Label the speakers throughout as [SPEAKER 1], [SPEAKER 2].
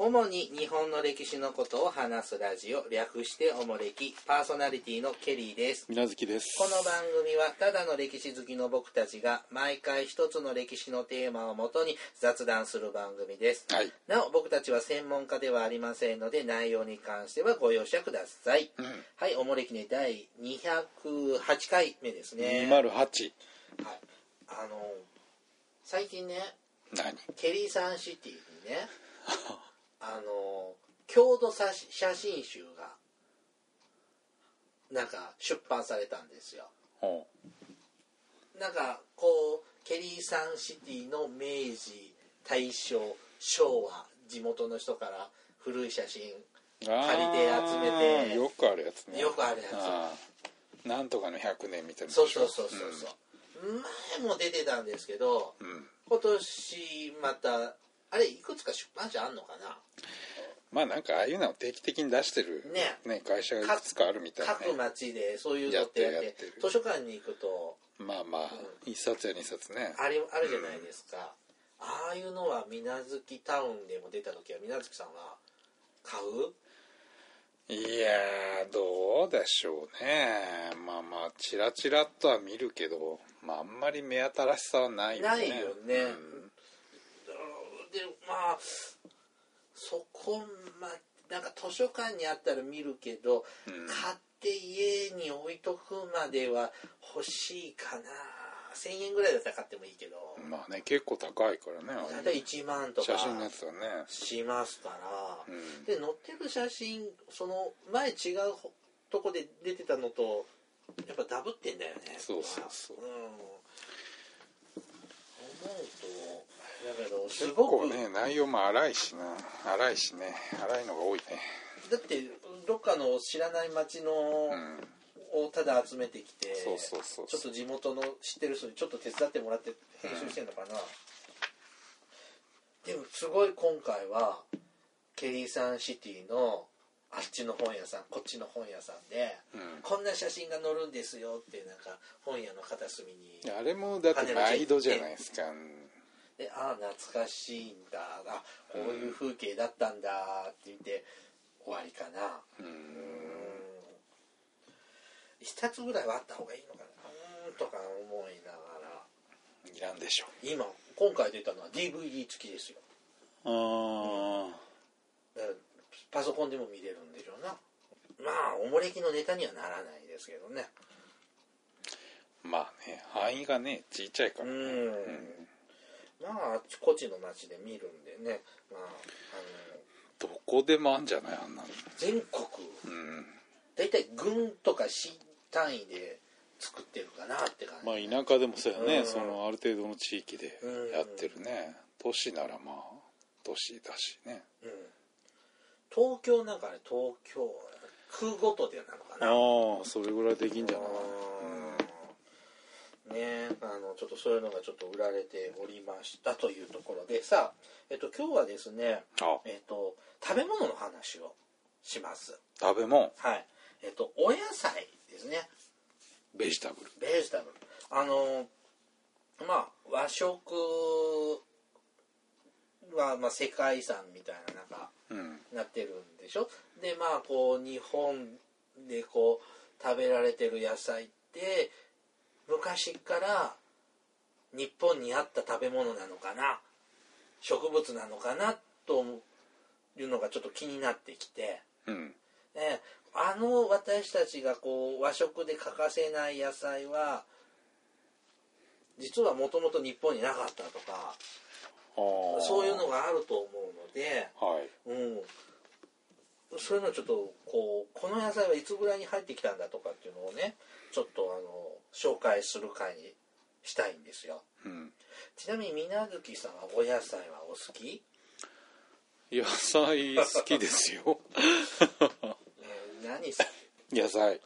[SPEAKER 1] 主に日本の歴史のことを話すラジオ略しておもれきパーソナリティのケリーです
[SPEAKER 2] みなずきです
[SPEAKER 1] この番組はただの歴史好きの僕たちが毎回一つの歴史のテーマをもとに雑談する番組です、
[SPEAKER 2] はい
[SPEAKER 1] なお僕たちは専門家ではありませんので内容に関してはご容赦ください、はいおもれきね第208回目ですね、はい、
[SPEAKER 2] 208
[SPEAKER 1] あの最近ね
[SPEAKER 2] 何
[SPEAKER 1] ケリーサンシティにねあの郷土写真集がなんか出版されたんですよ
[SPEAKER 2] おう
[SPEAKER 1] なんかこうケリーサンシティの明治大正昭和地元の人から古い写真
[SPEAKER 2] あー
[SPEAKER 1] 借りて集めて
[SPEAKER 2] よくあるやつね
[SPEAKER 1] よくあるやつ
[SPEAKER 2] あーなんとかの100年みたいな
[SPEAKER 1] そうそうそうそうそう、前も出てたんですけど
[SPEAKER 2] うん、うん
[SPEAKER 1] 今年またあれいくつか出版社あんのかな
[SPEAKER 2] まあなんかああいうのを定期的に出してる
[SPEAKER 1] ね
[SPEAKER 2] 会社がいくつかあるみたいな、ね、
[SPEAKER 1] 各町でそういうのってやって
[SPEAKER 2] やってるやってる
[SPEAKER 1] 図書館に行くと
[SPEAKER 2] まあまあ一冊や二冊ね
[SPEAKER 1] あれあるじゃないですか、ああいうのは水無月タウンでも出た時は水無月さんは買う
[SPEAKER 2] いやーどうでしょうねまあまあチラチラっとは見るけど、まあ、あんまり目新しさはないよね
[SPEAKER 1] ないよね
[SPEAKER 2] うん
[SPEAKER 1] でまあそこまなんか図書館にあったら見るけど、
[SPEAKER 2] うん
[SPEAKER 1] 買って家に置いとくまでは欲しいかな1000円ぐらいだったら買ってもいいけど、
[SPEAKER 2] まあね結構高いからねああ
[SPEAKER 1] だ
[SPEAKER 2] い
[SPEAKER 1] いうたい1万とか
[SPEAKER 2] 写真のやつはね
[SPEAKER 1] しますから、
[SPEAKER 2] うん
[SPEAKER 1] で載ってる写真その前違うとこで出てたのとやっぱダブってんだよね
[SPEAKER 2] そうそうそう
[SPEAKER 1] うん、思うとだけどす
[SPEAKER 2] 結
[SPEAKER 1] ご
[SPEAKER 2] 構
[SPEAKER 1] く、
[SPEAKER 2] ね内容も荒いしな荒いしね荒いのが多いね
[SPEAKER 1] だってどっかの知らない町の、
[SPEAKER 2] うん
[SPEAKER 1] をただ集めてきて
[SPEAKER 2] そうそうそう
[SPEAKER 1] ちょっと地元の知ってる人にちょっと手伝ってもらって編集してんのかな、でもすごい今回はケリーサンシティのあっちの本屋さんこっちの本屋さんで、
[SPEAKER 2] うん
[SPEAKER 1] こんな写真が載るんですよってなんか本屋の片隅に
[SPEAKER 2] あれもだって毎度じゃないですかうん
[SPEAKER 1] でああ懐かしいんだあこういう風景だったんだって言って終わりかな
[SPEAKER 2] うん
[SPEAKER 1] うん一つぐらいはあった方がいいのかなうーんとか思いながら
[SPEAKER 2] いらんでしょ
[SPEAKER 1] 今今回出たのは DVD 付きですよ
[SPEAKER 2] うああ
[SPEAKER 1] だからパソコンでも見れるんでしょうなまあおもれきのネタにはならないですけどね
[SPEAKER 2] まあね範囲がねちいちゃいか
[SPEAKER 1] う
[SPEAKER 2] らね
[SPEAKER 1] んまああっちこっちの街で見るんでねまああの
[SPEAKER 2] どこでもあんじゃないあんなの
[SPEAKER 1] 全国
[SPEAKER 2] うん
[SPEAKER 1] 大体郡とか市単位で作ってるかなって感じ、
[SPEAKER 2] まあ田舎でもそうやね、
[SPEAKER 1] うん
[SPEAKER 2] そのある程度の地域で
[SPEAKER 1] うん
[SPEAKER 2] やってるね、都市ならまあ都市だしね
[SPEAKER 1] うん、東京なんかね東京空ごとでなのかな
[SPEAKER 2] ああそれぐらいできんじゃない
[SPEAKER 1] うんねえあのちょっとそういうのがちょっと売られておりましたというところでさあ、えっと、今日はですね、
[SPEAKER 2] あ
[SPEAKER 1] えっと、食べ物の話をします
[SPEAKER 2] 食べ物
[SPEAKER 1] はいえっとお野菜ですね
[SPEAKER 2] ベジタブル
[SPEAKER 1] ベースタブルあのまあ和食は、まあ、世界遺産みたいななんか
[SPEAKER 2] うん
[SPEAKER 1] なってるんでしょでまあこう日本でこう食べられてる野菜って昔から日本にあった食べ物なのかな植物なのかなというのがちょっと気になってきて、
[SPEAKER 2] うん
[SPEAKER 1] ね、あの私たちがこう和食で欠かせない野菜は実はもともと日本になかったとか
[SPEAKER 2] あー
[SPEAKER 1] そういうのがあると思うので。
[SPEAKER 2] はい
[SPEAKER 1] うん、そういうのちょっとこうこの野菜はいつぐらいに入ってきたんだとかっていうのをねちょっとあの紹介する会にしたいんですよ
[SPEAKER 2] うん
[SPEAKER 1] ちなみに水無月さんはお野菜はお好き、
[SPEAKER 2] 野菜好きで すよ
[SPEAKER 1] えー何す
[SPEAKER 2] 野菜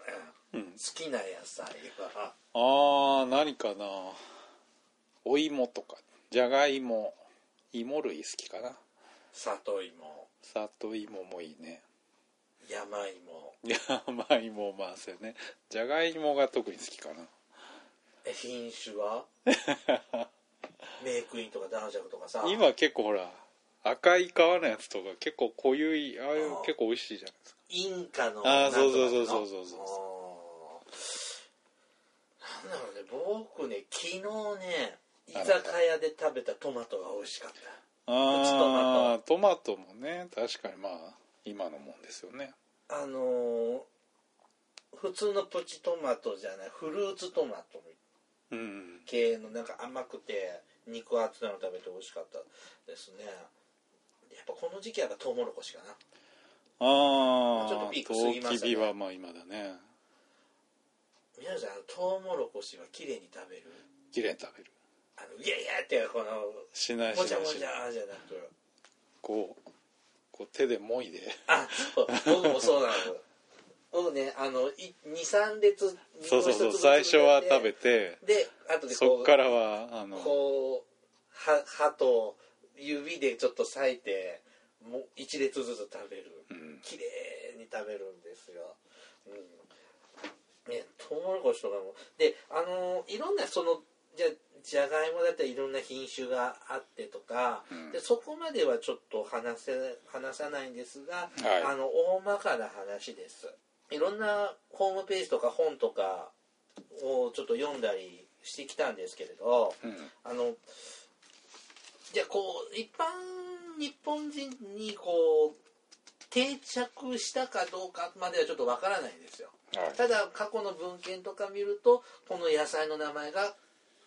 [SPEAKER 1] 好
[SPEAKER 2] ん
[SPEAKER 1] きな野菜は
[SPEAKER 2] ああ何かなお芋とかじゃがいも芋類好きかな
[SPEAKER 1] 里芋
[SPEAKER 2] 里芋もいいね
[SPEAKER 1] 山芋
[SPEAKER 2] 山芋まあそうねじゃがいもが特に好きかな
[SPEAKER 1] え品種はメイクインとか男爵とかさ
[SPEAKER 2] 今結構ほら赤い皮のやつとか結構濃ゆいああいう
[SPEAKER 1] あー
[SPEAKER 2] 結構美味しいじゃないですか
[SPEAKER 1] インカのなん
[SPEAKER 2] あー
[SPEAKER 1] とかの
[SPEAKER 2] そうそうそうそうそう
[SPEAKER 1] あーなんだろうね僕ね昨日ね居酒屋で食べたトマトが美味しかった
[SPEAKER 2] ああトマトもね確かにまあ今のもんですよね
[SPEAKER 1] あのー普通のプチトマトじゃないフルーツトマト
[SPEAKER 2] うん
[SPEAKER 1] 系のなんか甘くて肉厚なの食べて美味しかったですねやっぱこの時期はやっぱトウモロコシかな
[SPEAKER 2] ああ
[SPEAKER 1] ちょっとピーク過ぎましたね
[SPEAKER 2] ビはまあ今だね
[SPEAKER 1] 皆さんトウモロコシは綺麗に食べる
[SPEAKER 2] 綺麗に食べる
[SPEAKER 1] あのイエイエイってこの
[SPEAKER 2] しないし
[SPEAKER 1] もじゃ
[SPEAKER 2] ない
[SPEAKER 1] も
[SPEAKER 2] し
[SPEAKER 1] じ
[SPEAKER 2] ない
[SPEAKER 1] ゃじゃなく
[SPEAKER 2] こうこう手でもいで
[SPEAKER 1] あそう僕もそうなの僕ねあの23列
[SPEAKER 2] そうそうそう最初は食べ
[SPEAKER 1] て
[SPEAKER 2] て
[SPEAKER 1] で後で
[SPEAKER 2] そ
[SPEAKER 1] こ
[SPEAKER 2] っ
[SPEAKER 1] う
[SPEAKER 2] からはあの
[SPEAKER 1] こうは歯と指でちょっと裂いてもう一列ずつ食べる
[SPEAKER 2] うん
[SPEAKER 1] 綺麗に食べるんですよ、うん、ねトウモロコシとかもであのいろんなそのじゃじゃがいもだったらいろんな品種があってとか、
[SPEAKER 2] うん
[SPEAKER 1] でそこまではちょっと話せ話さないんですが、
[SPEAKER 2] はい
[SPEAKER 1] あの大まかな話ですいろんなホームページとか本とかをちょっと読んだりしてきたんですけれど
[SPEAKER 2] うん
[SPEAKER 1] あのじゃあこう一般日本人にこう定着したかどうかまではちょっとわからないんですよ
[SPEAKER 2] はい
[SPEAKER 1] ただ過去の文献とか見るとこの野菜の名前が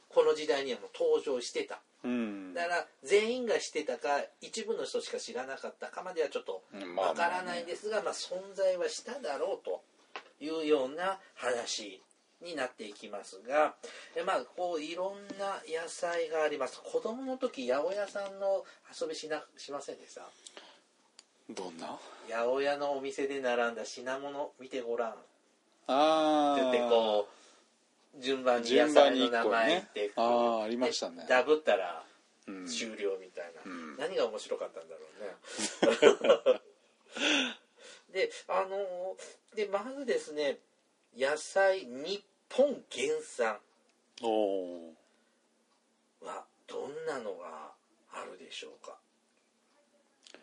[SPEAKER 1] この時代にはもう登場してた
[SPEAKER 2] うん
[SPEAKER 1] だから全員がしてたか一部の人しか知らなかったかまではちょっと
[SPEAKER 2] うんまあ
[SPEAKER 1] わからないですが、まあ存在はしただろうというような話になっていきますがえまあこういろんな野菜があります子供の時八百屋さんの遊びしなしませんでした
[SPEAKER 2] どんな
[SPEAKER 1] 八百屋のお店で並んだ品物見てごらんって
[SPEAKER 2] あ
[SPEAKER 1] 言って
[SPEAKER 2] あ
[SPEAKER 1] こう順番に野
[SPEAKER 2] 順番
[SPEAKER 1] 菜
[SPEAKER 2] に
[SPEAKER 1] の
[SPEAKER 2] 一
[SPEAKER 1] 名
[SPEAKER 2] 個
[SPEAKER 1] 前言っ
[SPEAKER 2] ね
[SPEAKER 1] て
[SPEAKER 2] ああありましたね
[SPEAKER 1] でダブったら
[SPEAKER 2] うん
[SPEAKER 1] 終了みたいな、
[SPEAKER 2] うん
[SPEAKER 1] 何が面白かったんだろ うねであのーでまずですね野菜日本原産
[SPEAKER 2] おお
[SPEAKER 1] はどんなのがあるでしょうか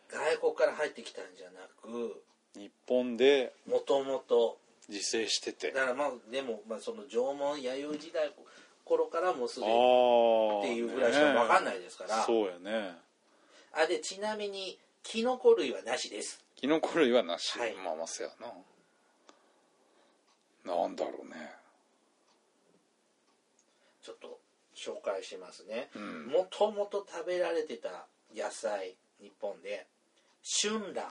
[SPEAKER 1] 外国から入ってきたんじゃなく
[SPEAKER 2] 日本で
[SPEAKER 1] もともと
[SPEAKER 2] 自生してて
[SPEAKER 1] だからまあでも、まあ、その縄文弥生時代頃からもうすでに
[SPEAKER 2] あ
[SPEAKER 1] っていうぐらいしか分かんないですから
[SPEAKER 2] そうやね
[SPEAKER 1] あでちなみにキノコ類はなしです
[SPEAKER 2] キノコ類はなし、
[SPEAKER 1] はい
[SPEAKER 2] まあまあせやななんだろうね
[SPEAKER 1] ちょっと紹介しますね
[SPEAKER 2] うん
[SPEAKER 1] もともと食べられてた野菜日本で春蘭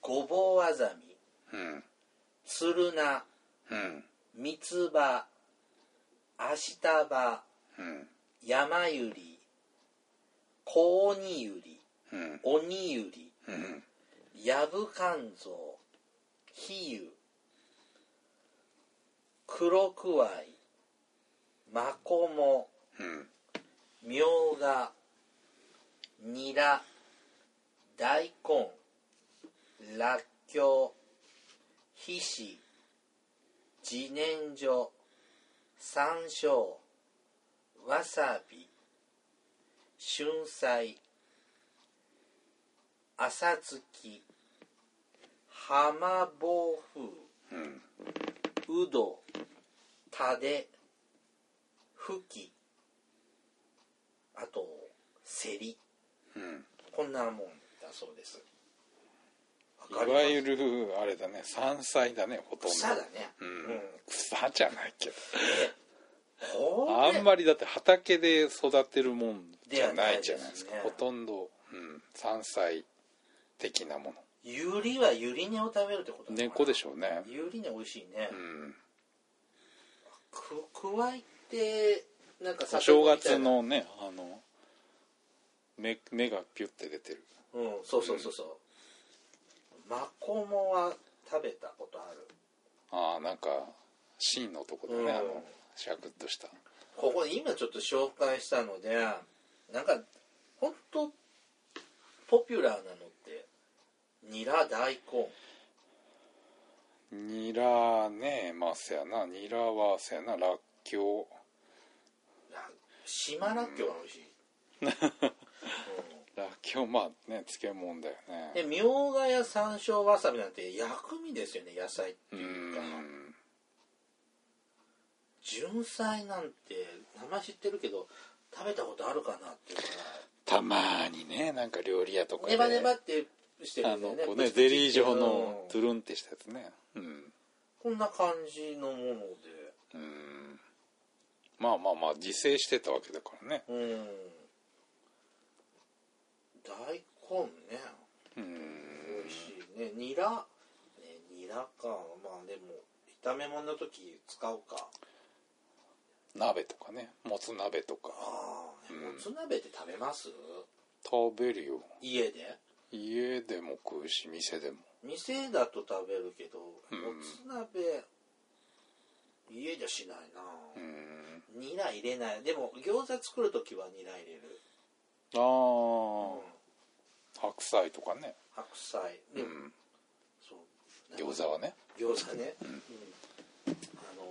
[SPEAKER 1] ごぼうあざみ
[SPEAKER 2] うん
[SPEAKER 1] つるな
[SPEAKER 2] うん
[SPEAKER 1] みつばあしたば
[SPEAKER 2] うん
[SPEAKER 1] やまゆりこおにゆり
[SPEAKER 2] うん
[SPEAKER 1] おにゆり
[SPEAKER 2] うん
[SPEAKER 1] やぶかんぞうひゆ黒くわいまこも
[SPEAKER 2] うん
[SPEAKER 1] みょうがにら大根らっきょうひし自然薯山椒わさび春菜朝月浜暴風
[SPEAKER 2] うん
[SPEAKER 1] うどたでふきあとせり
[SPEAKER 2] うん
[SPEAKER 1] こんなもんだそうです
[SPEAKER 2] いわゆるあれだね山菜だねほとんど
[SPEAKER 1] 草だね
[SPEAKER 2] う
[SPEAKER 1] うん
[SPEAKER 2] ん、草じゃないけど
[SPEAKER 1] こ
[SPEAKER 2] あ
[SPEAKER 1] れ
[SPEAKER 2] んまりだって畑で育てるもんじゃないじゃないですか
[SPEAKER 1] ではないですね
[SPEAKER 2] ほとんど、うん、山菜的なも
[SPEAKER 1] ゆりはゆり根を食べるってこと
[SPEAKER 2] の
[SPEAKER 1] なのかな
[SPEAKER 2] 猫でしょうね
[SPEAKER 1] ゆり根美味しいね
[SPEAKER 2] う、ん
[SPEAKER 1] くくわいってなんか
[SPEAKER 2] お
[SPEAKER 1] 里
[SPEAKER 2] 正
[SPEAKER 1] 芋みた
[SPEAKER 2] 月
[SPEAKER 1] いな
[SPEAKER 2] のねあの目目がピュッて出てる
[SPEAKER 1] うんそうそうそうそう、マコモは食べたことある
[SPEAKER 2] ああなんか芯のとこだね、
[SPEAKER 1] うん
[SPEAKER 2] あのシャクッとした
[SPEAKER 1] ここで今ちょっと紹介したのでなんか本当ポピュラーなのってニラ大根
[SPEAKER 2] ニラねまあせやなニラはせやならっきょ
[SPEAKER 1] 島らっきょうが美味しい、うん
[SPEAKER 2] らっきょうまあね漬物だよ
[SPEAKER 1] で
[SPEAKER 2] ね
[SPEAKER 1] みょうがや山椒わさびなんて薬味ですよね野菜って
[SPEAKER 2] う
[SPEAKER 1] いうか
[SPEAKER 2] ん
[SPEAKER 1] 純菜なんて名前知ってるけど食べたことあるかなっていうか
[SPEAKER 2] たまーにねなんか料理屋とか
[SPEAKER 1] ネバネバってしてる
[SPEAKER 2] あ
[SPEAKER 1] んだ
[SPEAKER 2] の
[SPEAKER 1] よね
[SPEAKER 2] こうね
[SPEAKER 1] プチプチ
[SPEAKER 2] ゼリー状の
[SPEAKER 1] う
[SPEAKER 2] ト
[SPEAKER 1] ん
[SPEAKER 2] ゥルンってしたやつねうん
[SPEAKER 1] こんな感じのもので
[SPEAKER 2] うんまあまあまあ自生してたわけだからね
[SPEAKER 1] うん大根ね
[SPEAKER 2] うん
[SPEAKER 1] 美味しいねニラねニラかまあでも炒め物の時使うか
[SPEAKER 2] 鍋とかねもつ鍋とか
[SPEAKER 1] ああ
[SPEAKER 2] うん
[SPEAKER 1] もつ鍋って食べます
[SPEAKER 2] 食べるよ
[SPEAKER 1] 家で
[SPEAKER 2] 家でも食うし店でも
[SPEAKER 1] 店だと食べるけど、
[SPEAKER 2] うん
[SPEAKER 1] もつ鍋家じゃしないな、
[SPEAKER 2] うん
[SPEAKER 1] ニラ入れないでも餃子作る時はニラ入れる、
[SPEAKER 2] あ
[SPEAKER 1] うん
[SPEAKER 2] ー白菜とかね
[SPEAKER 1] 白菜で
[SPEAKER 2] う
[SPEAKER 1] も、
[SPEAKER 2] ん
[SPEAKER 1] そう
[SPEAKER 2] 餃子はね
[SPEAKER 1] 餃子ね、うんあの、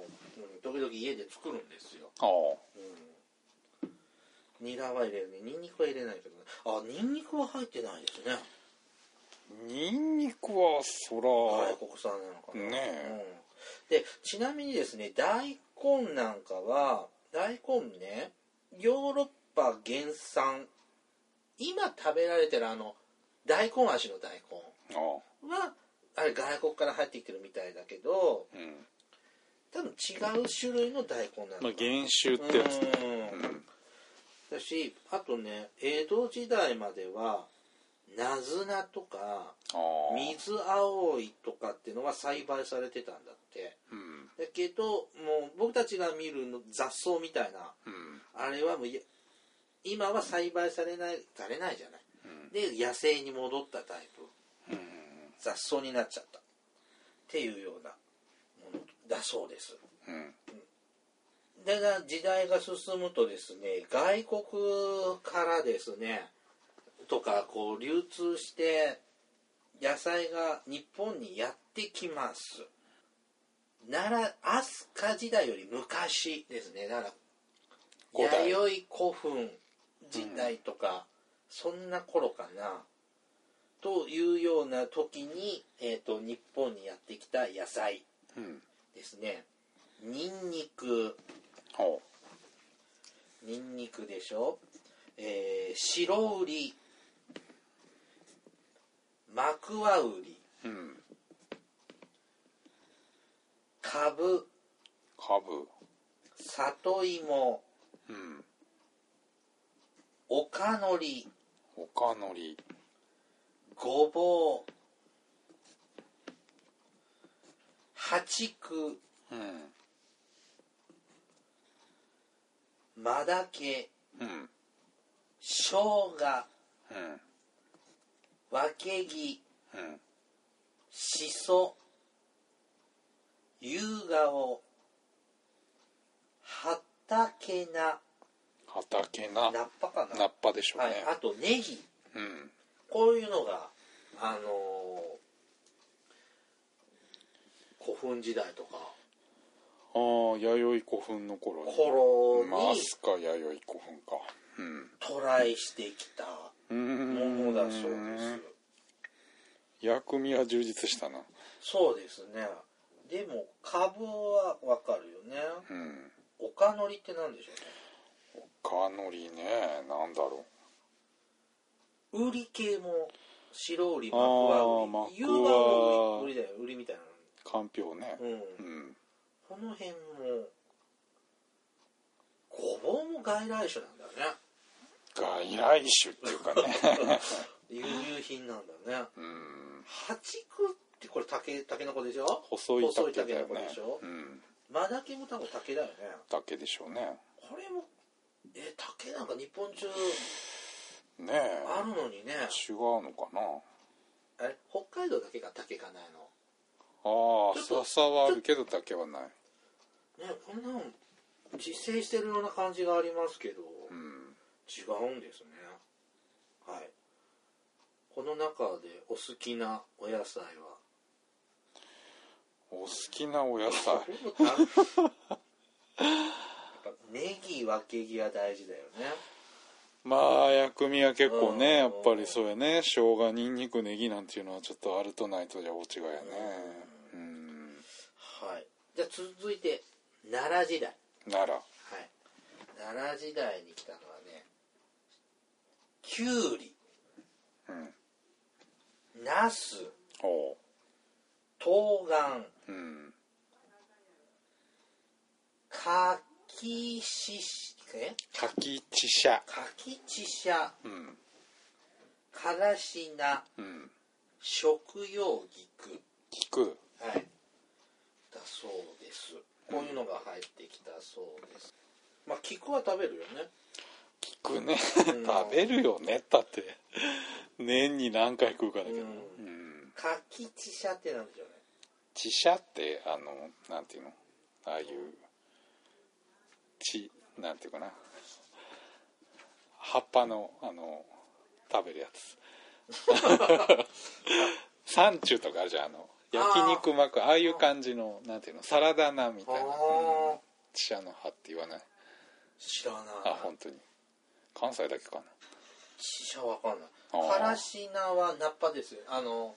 [SPEAKER 1] うん、時々家で作るんですよ、
[SPEAKER 2] ああ
[SPEAKER 1] うん、ニラは入れるねニンニクは入れないけどねあニンニクは入ってないですね
[SPEAKER 2] ニンニクはそら
[SPEAKER 1] 外国産なのかな
[SPEAKER 2] ねえ
[SPEAKER 1] うん、でちなみにですね大根なんかは大根ねヨーロッパ原産今食べられてるあの大根味の大
[SPEAKER 2] ああ
[SPEAKER 1] 根はあれ外国から入ってきてるみたいだけど
[SPEAKER 2] うん
[SPEAKER 1] 多分違う種類の大根なの
[SPEAKER 2] まあ
[SPEAKER 1] か
[SPEAKER 2] 原種ってやつね
[SPEAKER 1] なうん
[SPEAKER 2] うん
[SPEAKER 1] だしあとね江戸時代まではナズナとか
[SPEAKER 2] ああ
[SPEAKER 1] 水青いとかっていうのは栽培されてたんだって
[SPEAKER 2] うん
[SPEAKER 1] だけどもう僕たちが見るの雑草みたいな
[SPEAKER 2] うん
[SPEAKER 1] あれはもういや今は栽培されないされないじゃない
[SPEAKER 2] うん
[SPEAKER 1] で野生に戻ったタイプ
[SPEAKER 2] うん
[SPEAKER 1] 雑草になっちゃったっていうようなものだそうです
[SPEAKER 2] うん
[SPEAKER 1] だが時代が進むとですね外国からですねとかこう流通して野菜が日本にやってきます奈良飛鳥時代より昔ですねだから
[SPEAKER 2] 古代
[SPEAKER 1] 弥生古墳時代とか、そんな頃かなというような時に、えー、と日本にやってきた野菜
[SPEAKER 2] うん
[SPEAKER 1] ですねニンニク
[SPEAKER 2] ほ
[SPEAKER 1] ニンニクでしょ、えー、白売りマクワウリ
[SPEAKER 2] ううん
[SPEAKER 1] カブ
[SPEAKER 2] かぶ
[SPEAKER 1] 里芋
[SPEAKER 2] うん
[SPEAKER 1] おかのり
[SPEAKER 2] おかのり
[SPEAKER 1] ごぼう八九
[SPEAKER 2] うん
[SPEAKER 1] マダケ
[SPEAKER 2] うん
[SPEAKER 1] 生姜
[SPEAKER 2] うん
[SPEAKER 1] わけぎ
[SPEAKER 2] うん
[SPEAKER 1] しそ夕顔はたけな
[SPEAKER 2] 畑
[SPEAKER 1] ラ
[SPEAKER 2] な
[SPEAKER 1] ッパかな
[SPEAKER 2] ナッパでしょう
[SPEAKER 1] はい
[SPEAKER 2] ね、、
[SPEAKER 1] あとネギ
[SPEAKER 2] うん
[SPEAKER 1] こういうのがあのー古墳時代とか
[SPEAKER 2] ああ弥生古墳の頃に
[SPEAKER 1] 頃
[SPEAKER 2] まあ
[SPEAKER 1] に
[SPEAKER 2] 飛鳥弥生古墳かうん
[SPEAKER 1] トライしてきたものだそうです
[SPEAKER 2] 薬味は充実したな
[SPEAKER 1] そうですねでも株はわかるよね
[SPEAKER 2] うん
[SPEAKER 1] おかのりって何でしょ
[SPEAKER 2] かのりねなんだろ
[SPEAKER 1] うねウリ系も白ウリマク
[SPEAKER 2] あー
[SPEAKER 1] ワ
[SPEAKER 2] マ
[SPEAKER 1] ウ
[SPEAKER 2] クワ
[SPEAKER 1] リ夕顔もウリウリだよウリみたいな
[SPEAKER 2] うかんぴょうね
[SPEAKER 1] のうん、
[SPEAKER 2] うん
[SPEAKER 1] この辺もごぼうも外来種なんだね
[SPEAKER 2] 外来種っていうか ね
[SPEAKER 1] 輸入品なんだね
[SPEAKER 2] うん
[SPEAKER 1] 八九ってこれ竹竹の子でしょ
[SPEAKER 2] 細い竹だ
[SPEAKER 1] 細
[SPEAKER 2] よ
[SPEAKER 1] い竹の
[SPEAKER 2] ね
[SPEAKER 1] 子でしょ
[SPEAKER 2] うん
[SPEAKER 1] マダケも多分竹だよね
[SPEAKER 2] 竹でしょうね
[SPEAKER 1] これもえ竹なんか日本中
[SPEAKER 2] ねえ
[SPEAKER 1] あるのにね
[SPEAKER 2] 違うのかな
[SPEAKER 1] あれ北海道だけが竹がないの
[SPEAKER 2] ああ
[SPEAKER 1] ちょっと
[SPEAKER 2] 笹はあるけど竹はない
[SPEAKER 1] ねこんなの自生してるような感じがありますけど
[SPEAKER 2] うん
[SPEAKER 1] 違うんですねはいこの中でお好きなお野菜は
[SPEAKER 2] お好きなお野 菜
[SPEAKER 1] やっぱネギわけぎは大事だよね
[SPEAKER 2] まあ薬味は結構
[SPEAKER 1] うん
[SPEAKER 2] ねやっぱりそうやね生姜にんにくネギなんていうのはちょっとあるとないとじゃ大違いやねうん
[SPEAKER 1] はいじゃあ続いて奈良時代
[SPEAKER 2] なら
[SPEAKER 1] はい奈良時代に来たのはねきゅうり
[SPEAKER 2] うん
[SPEAKER 1] なす
[SPEAKER 2] おう
[SPEAKER 1] 冬瓜
[SPEAKER 2] うん
[SPEAKER 1] 柿ししえ
[SPEAKER 2] 柿ちしゃ
[SPEAKER 1] 柿ちしゃ
[SPEAKER 2] うん
[SPEAKER 1] からしな
[SPEAKER 2] うん
[SPEAKER 1] 食用菊
[SPEAKER 2] 菊
[SPEAKER 1] はいだそうですこういうのが入ってきたそうですまあ菊は食べるよね
[SPEAKER 2] 菊ね
[SPEAKER 1] ん
[SPEAKER 2] 食べるよねだって年に何回食うかだけど
[SPEAKER 1] う
[SPEAKER 2] うんん
[SPEAKER 1] 柿ちしゃってなんじゃない
[SPEAKER 2] ちしゃってあのなんていうのああいうちなんていうかな葉っぱのあの食べるや つサンチュとかあるじゃんあの焼肉巻くああいう感じのなんていうのサラダ菜みたいな
[SPEAKER 1] ああ
[SPEAKER 2] ちしゃの葉って言わない
[SPEAKER 1] 知らない
[SPEAKER 2] あ本当に関西だけかな
[SPEAKER 1] ちしゃわかんない
[SPEAKER 2] あー
[SPEAKER 1] からし菜は菜っぱですよあの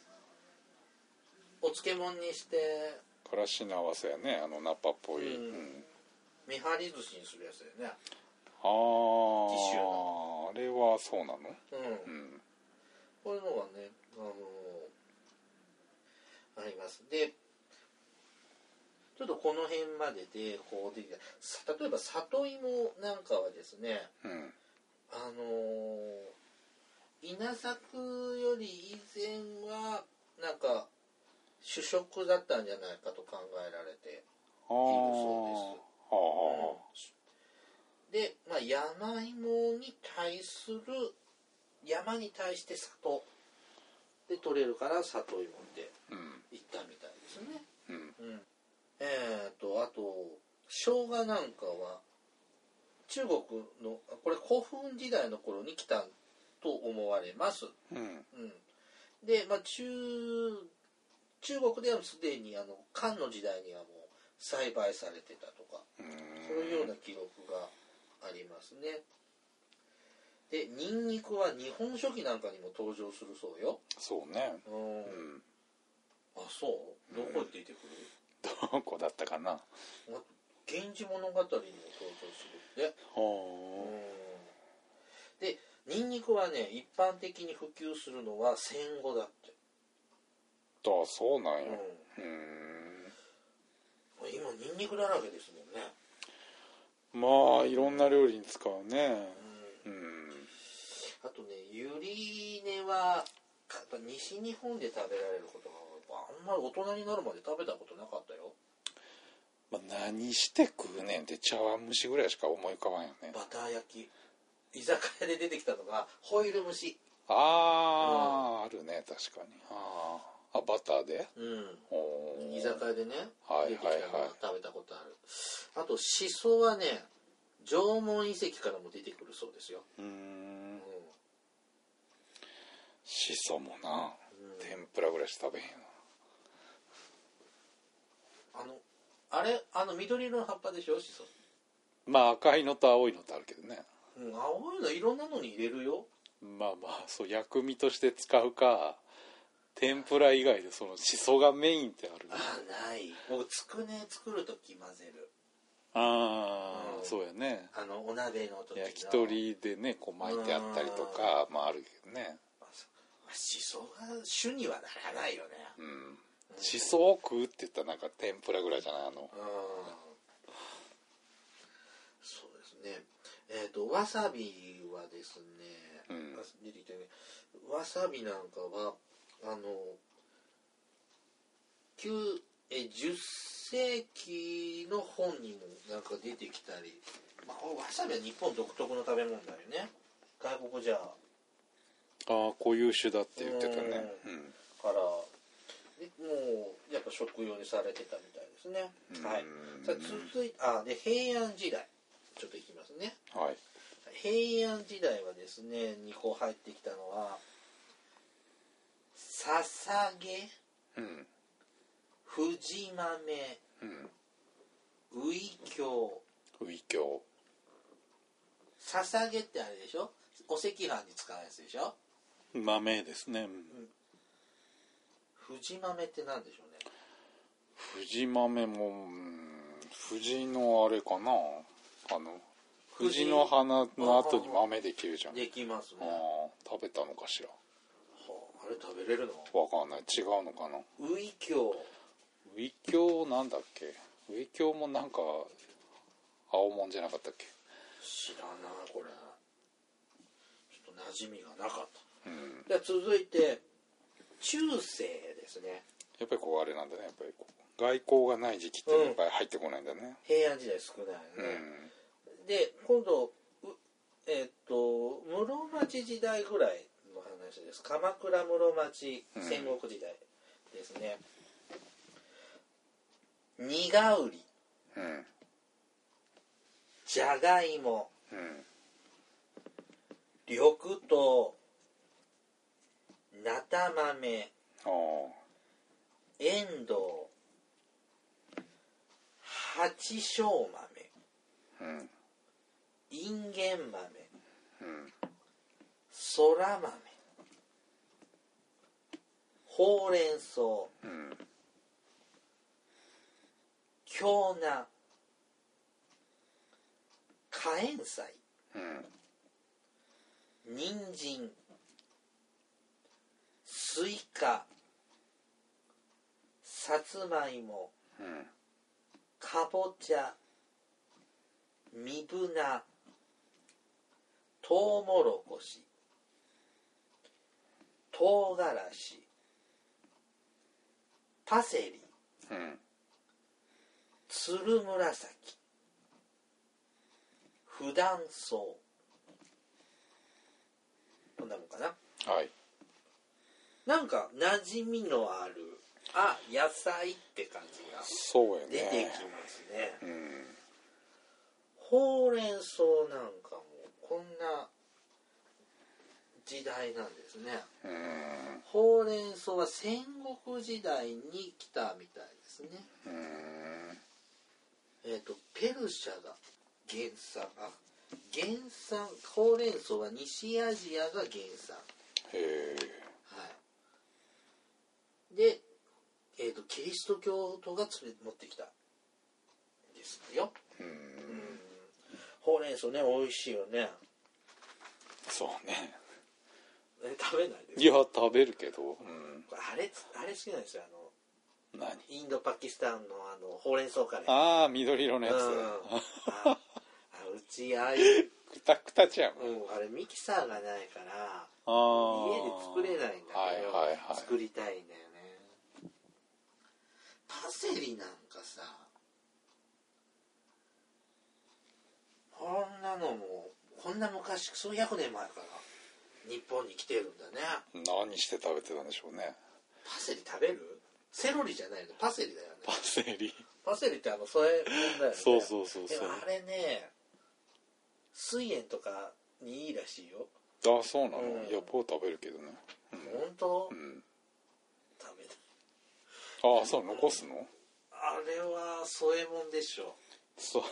[SPEAKER 1] お漬物にして
[SPEAKER 2] からしなわせやねあのナッパっぽい、
[SPEAKER 1] うん
[SPEAKER 2] うん
[SPEAKER 1] めはり寿司にするやつだよね
[SPEAKER 2] あ
[SPEAKER 1] ティッシュ
[SPEAKER 2] ああれはそうなの
[SPEAKER 1] うん
[SPEAKER 2] うん
[SPEAKER 1] こういうのがね、あのーあります。で、ちょっとこの辺までで、こうできた。さ例えば、里芋なんかはですね、
[SPEAKER 2] うん
[SPEAKER 1] あのー稲作より以前は、なんか、主食だったんじゃないかと考えられて。
[SPEAKER 2] ああ
[SPEAKER 1] そう
[SPEAKER 2] あ
[SPEAKER 1] うんで、まあ、山芋に対する、山に対して里で取れるから里芋って
[SPEAKER 2] うん
[SPEAKER 1] 言ったみたいですね。
[SPEAKER 2] うん
[SPEAKER 1] うん、えー、とあと生姜なんかは中国のあこれ古墳時代の頃に来たと思われます、
[SPEAKER 2] うん
[SPEAKER 1] うん、で、まあ、中中国ではすでにあの漢の時代にはもう栽培されてたとかそういうような記録がありますねでニンニクは「日本書紀」なんかにも登場するそうよ、
[SPEAKER 2] そうね
[SPEAKER 1] うん
[SPEAKER 2] うん
[SPEAKER 1] あそうどこに出てくる、
[SPEAKER 2] どこだったかな
[SPEAKER 1] 「源氏物語」にも登場するって
[SPEAKER 2] ほ
[SPEAKER 1] でニンニクはね一般的に普及するのは戦後だって、
[SPEAKER 2] うだそうなん
[SPEAKER 1] うん、
[SPEAKER 2] やうん
[SPEAKER 1] 今ニンニクだらけですもんね、
[SPEAKER 2] まあいろんな料理に使うね
[SPEAKER 1] うん、
[SPEAKER 2] うん
[SPEAKER 1] あとねゆり根はやっぱ西日本で食べられることが多いあんまり大人になるまで食べたことなかったよ
[SPEAKER 2] まあ何して食うねんって茶碗蒸しぐらいしか思い浮かばんよね
[SPEAKER 1] バター焼き居酒屋で出てきたのがホイル蒸し
[SPEAKER 2] ああ、あるね確かにあーあバターで
[SPEAKER 1] うん
[SPEAKER 2] おー
[SPEAKER 1] 居酒屋でね
[SPEAKER 2] はい
[SPEAKER 1] 出てきたの
[SPEAKER 2] はいは
[SPEAKER 1] が
[SPEAKER 2] い
[SPEAKER 1] 食べたことある、あとシソはね縄文遺跡からも出てくるそうですよ、
[SPEAKER 2] うー
[SPEAKER 1] うんん
[SPEAKER 2] しそもな
[SPEAKER 1] うん
[SPEAKER 2] 天ぷらぐらいしか食べへんよ
[SPEAKER 1] あのあれあの緑色の葉っぱでしょシソ、
[SPEAKER 2] まあ赤いのと青いのとあるけどね
[SPEAKER 1] うん、青いのいろんなのに入れるよ
[SPEAKER 2] まあまあそう薬味として使うか天ぷら以外でそのしそがメインってある
[SPEAKER 1] あない僕つくね作る時混ぜる
[SPEAKER 2] ああ、
[SPEAKER 1] うん
[SPEAKER 2] そうやね
[SPEAKER 1] あのお鍋の時の
[SPEAKER 2] 焼き鳥でねこう巻いてあったりとかまああるけどね
[SPEAKER 1] あそうまあシソが主にはならないよね
[SPEAKER 2] うんしそを食うって言ったらなんか天ぷらぐらいじゃないあ
[SPEAKER 1] う
[SPEAKER 2] の
[SPEAKER 1] んそうですねえっ、とわさびはですね、
[SPEAKER 2] うん
[SPEAKER 1] あ出てきたねわさびなんかはあの9え10世紀の本にもなんか出てきたり、まあ、わさびは日本独特の食べ物だよね外国じゃ
[SPEAKER 2] ああ固有種だって言ってたねうん
[SPEAKER 1] からでもうやっぱ食用にされてたみたいですね、はい
[SPEAKER 2] うん
[SPEAKER 1] さあ続いてあで平安時代ちょっといきますね
[SPEAKER 2] はい
[SPEAKER 1] 平安時代はですねにこう入ってきたのは「捧げ」
[SPEAKER 2] うん
[SPEAKER 1] 「藤豆」
[SPEAKER 2] うん
[SPEAKER 1] 「ウイキョウ」
[SPEAKER 2] ウイキョウ
[SPEAKER 1] 「捧げ」ってあれでしょお赤飯に使うやつでしょ
[SPEAKER 2] 豆ですねうん
[SPEAKER 1] 藤豆ってなんでしょうね
[SPEAKER 2] 藤豆もうん藤のあれかなあの藤の花の後に豆できるじゃんあ
[SPEAKER 1] できますね
[SPEAKER 2] あ食べたのかしら
[SPEAKER 1] はああれ食べれるの
[SPEAKER 2] わかんない違うのかな
[SPEAKER 1] ウイキョウ
[SPEAKER 2] ウイキョウなんだっけウイキョウもなんか青もんじゃなかったっけ
[SPEAKER 1] 知らんなこれちょっと馴染みがなかった
[SPEAKER 2] うん
[SPEAKER 1] じゃあ続いて中世ですね
[SPEAKER 2] やっぱりこうあれなんだねやっぱりこう外交がない時期っていうのがやっぱり入ってこないんだね
[SPEAKER 1] 平安時代少ない
[SPEAKER 2] うん、
[SPEAKER 1] よね、で今度うえっと室町時代ぐらいの話です鎌倉室町
[SPEAKER 2] うん
[SPEAKER 1] 戦国時代ですね、にがうり
[SPEAKER 2] うん
[SPEAKER 1] じゃがいも
[SPEAKER 2] うん
[SPEAKER 1] 緑豆なた豆
[SPEAKER 2] ああ
[SPEAKER 1] エンドウ八升豆
[SPEAKER 2] うん
[SPEAKER 1] インゲン豆
[SPEAKER 2] うん
[SPEAKER 1] そら豆ほうれん草
[SPEAKER 2] うん
[SPEAKER 1] 京な火炎菜
[SPEAKER 2] うん
[SPEAKER 1] 人参スイカさつまいも
[SPEAKER 2] うん
[SPEAKER 1] かぼちゃみぶなとうもろこし唐辛子パセリ
[SPEAKER 2] うん
[SPEAKER 1] つるむらさき不断草こんなもんかな
[SPEAKER 2] はい
[SPEAKER 1] なんか馴染みのあるあ野菜って感じが
[SPEAKER 2] そうや
[SPEAKER 1] 出てき
[SPEAKER 2] ね
[SPEAKER 1] ますね
[SPEAKER 2] うん
[SPEAKER 1] ほうれん草なんかもこんな時代なんですね
[SPEAKER 2] うん
[SPEAKER 1] ほうれん草は戦国時代に来たみたいですね
[SPEAKER 2] うん
[SPEAKER 1] えっ、とペルシャが原産あ原産ほうれん草は西アジアが原産
[SPEAKER 2] へえ
[SPEAKER 1] はいでえっ、とキリスト教徒が連れ持ってきたんですよ
[SPEAKER 2] うん
[SPEAKER 1] うんほうれん草ね美味しいよね
[SPEAKER 2] そうね
[SPEAKER 1] え食べないです
[SPEAKER 2] いや食べるけどうん
[SPEAKER 1] これあれつあれ好きなんですよあの
[SPEAKER 2] 何
[SPEAKER 1] インドパキスタンのあのほうれん草カレー
[SPEAKER 2] ああ緑色のやつ
[SPEAKER 1] うんああうちああいう、
[SPEAKER 2] くたくたじゃん
[SPEAKER 1] うん、あれミキサーがないから
[SPEAKER 2] ああ
[SPEAKER 1] 家で作れないんだ
[SPEAKER 2] は
[SPEAKER 1] け
[SPEAKER 2] い
[SPEAKER 1] ど、
[SPEAKER 2] はいはい
[SPEAKER 1] 作りたいんだよねパセリなんかさこんなのもこんな昔数百年前から日本に来てるんだね
[SPEAKER 2] 何して食べてたんでしょうね
[SPEAKER 1] パセリ食べるセロリじゃないのパセリだよね
[SPEAKER 2] パセリ
[SPEAKER 1] パセリってあのそういうもんだよね
[SPEAKER 2] そうそうそう
[SPEAKER 1] で
[SPEAKER 2] そ
[SPEAKER 1] も
[SPEAKER 2] う
[SPEAKER 1] あれね水炎とかにいいらしいよ
[SPEAKER 2] あそうなの、
[SPEAKER 1] うん
[SPEAKER 2] いや僕食べるけどね
[SPEAKER 1] 本当、
[SPEAKER 2] うん
[SPEAKER 1] 食べた
[SPEAKER 2] ああそう残すの
[SPEAKER 1] あれは添えもんでしょ
[SPEAKER 2] そう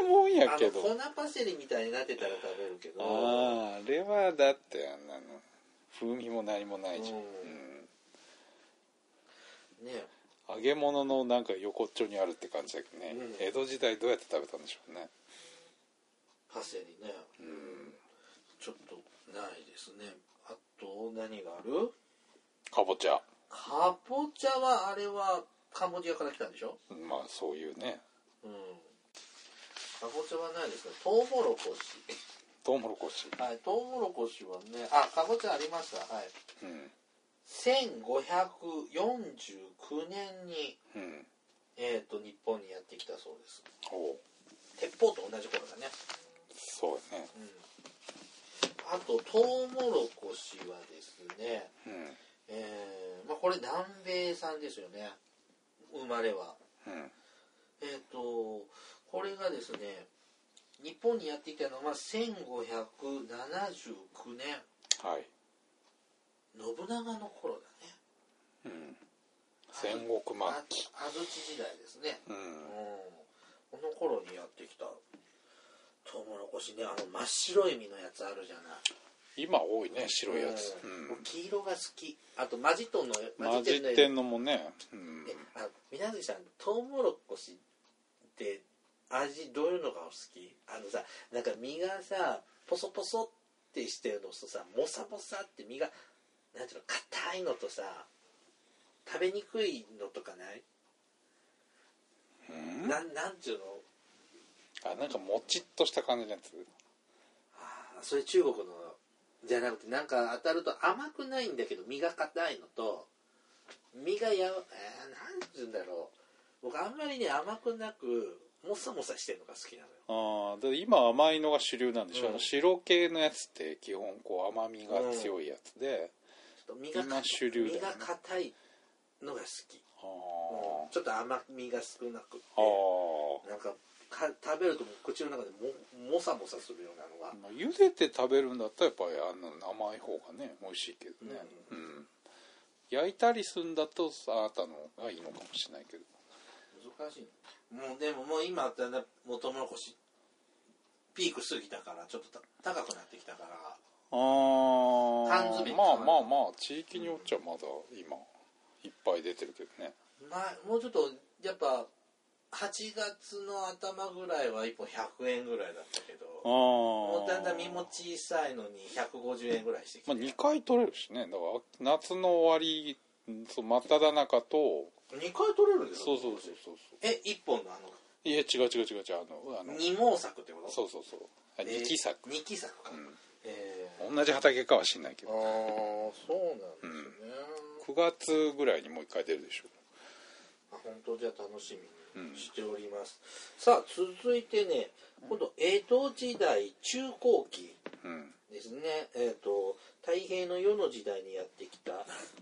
[SPEAKER 2] いうもんや
[SPEAKER 1] あ
[SPEAKER 2] け
[SPEAKER 1] の
[SPEAKER 2] ど
[SPEAKER 1] 粉パセリみたいになってたら食べるけど
[SPEAKER 2] あああれはだってあんなの風味も何もないじゃん、
[SPEAKER 1] う
[SPEAKER 2] うんん
[SPEAKER 1] ね
[SPEAKER 2] 揚げ物のなんか横っちょにあるって感じだけどね、
[SPEAKER 1] うん
[SPEAKER 2] 江戸時代どうやって食べたんでしょうね
[SPEAKER 1] パセリね
[SPEAKER 2] うん
[SPEAKER 1] ちょっとないですねあと何がある
[SPEAKER 2] かぼちゃ
[SPEAKER 1] かぼちゃはあれはカンボジアから来たんでしょ
[SPEAKER 2] まあそういうね
[SPEAKER 1] うんかぼちゃはないですねトウモロコシ
[SPEAKER 2] トウモロコシ
[SPEAKER 1] はいトウモロコシはねあかぼちゃありましたはい
[SPEAKER 2] うん
[SPEAKER 1] 1549年に、
[SPEAKER 2] うん
[SPEAKER 1] えー、と日本にやってきたそうです
[SPEAKER 2] おう
[SPEAKER 1] 鉄砲と同じ頃だね、
[SPEAKER 2] そうやね
[SPEAKER 1] うん、あとトウモロコシはですね、
[SPEAKER 2] うん
[SPEAKER 1] えーまあ、これ南米産ですよね生まれは
[SPEAKER 2] うん
[SPEAKER 1] えっ、とこれがですね日本にやってきたのは1579年
[SPEAKER 2] はい、
[SPEAKER 1] 信長の頃だね
[SPEAKER 2] うん、戦国末
[SPEAKER 1] あ
[SPEAKER 2] 期
[SPEAKER 1] 安土時代ですね
[SPEAKER 2] うん
[SPEAKER 1] うん、この頃にやってきたトウモロコシねあの真っ白い実のやつあるじゃない
[SPEAKER 2] 今多いね白いやつ、
[SPEAKER 1] う
[SPEAKER 2] うんん
[SPEAKER 1] もう黄色が好きあとマジトンの
[SPEAKER 2] 混じっ
[SPEAKER 1] の
[SPEAKER 2] てんのもね、うん
[SPEAKER 1] えあ水無月さんトウモロコシって味どういうのがお好きあのさなんか身がさポソポソってしてるのとさモサモサって身がなんていうの硬いのとさ食べにくいのとかない、
[SPEAKER 2] うん
[SPEAKER 1] なんなんていうの
[SPEAKER 2] あなんかもちっとした感じのやつ
[SPEAKER 1] あーそれ中国のじゃなくてなんか当たると甘くないんだけど身が硬いのと身がやわえー、なんて言うんだろう僕あんまりね甘くなくモサモサしてるのが好きなのよ
[SPEAKER 2] ああで今甘いのが主流なんでしょ、
[SPEAKER 1] うん
[SPEAKER 2] あの白系のやつって基本こう甘みが強いやつで、
[SPEAKER 1] 身が
[SPEAKER 2] 今主流だよね
[SPEAKER 1] 身が硬いのが好き、
[SPEAKER 2] あ
[SPEAKER 1] ちょっと甘みが少なくて
[SPEAKER 2] ああ
[SPEAKER 1] なんかか食べるともう口の中でももさもさするようなのが
[SPEAKER 2] あ、まあ茹でて食べるんだったらやっぱりあの甘い方がね美味しいけどね、うん焼いたりするんだとあなたのがいいのかもしれないけど
[SPEAKER 1] 難しいもうでももう今だんだんもうトウモロコシピーク過ぎたからちょっとた高くなってきたから
[SPEAKER 2] あ
[SPEAKER 1] 缶詰
[SPEAKER 2] あまあまあまあ地域によっちゃまだ今いっぱい出てるけどね
[SPEAKER 1] まあもうちょっとやっぱ8月の頭ぐらいは1本100円ぐらいだったけど
[SPEAKER 2] ああ
[SPEAKER 1] もうだんだん身も小さいのに150円ぐらいしてきて
[SPEAKER 2] まあ、2回取れるしねだから夏の終わりそう真っ只中と
[SPEAKER 1] 2回取れるんです
[SPEAKER 2] そうそうそうそうそ
[SPEAKER 1] え一1本のあの
[SPEAKER 2] ういや違う違う違う違うあのあの
[SPEAKER 1] 二毛作ってこと
[SPEAKER 2] そうそうそうあ二期作、
[SPEAKER 1] えー二期作か、えー
[SPEAKER 2] 同じ畑かは知んないけ
[SPEAKER 1] ああ
[SPEAKER 2] ど
[SPEAKER 1] そうなんですね、
[SPEAKER 2] 9月ぐらいにもう1回出るでしょ
[SPEAKER 1] あ本当じゃあ楽しみ
[SPEAKER 2] う
[SPEAKER 1] に
[SPEAKER 2] ん
[SPEAKER 1] しております、さあ続いてね今度江戸時代中後期
[SPEAKER 2] うん
[SPEAKER 1] ですねえっ、と太平の世の時代にやってきた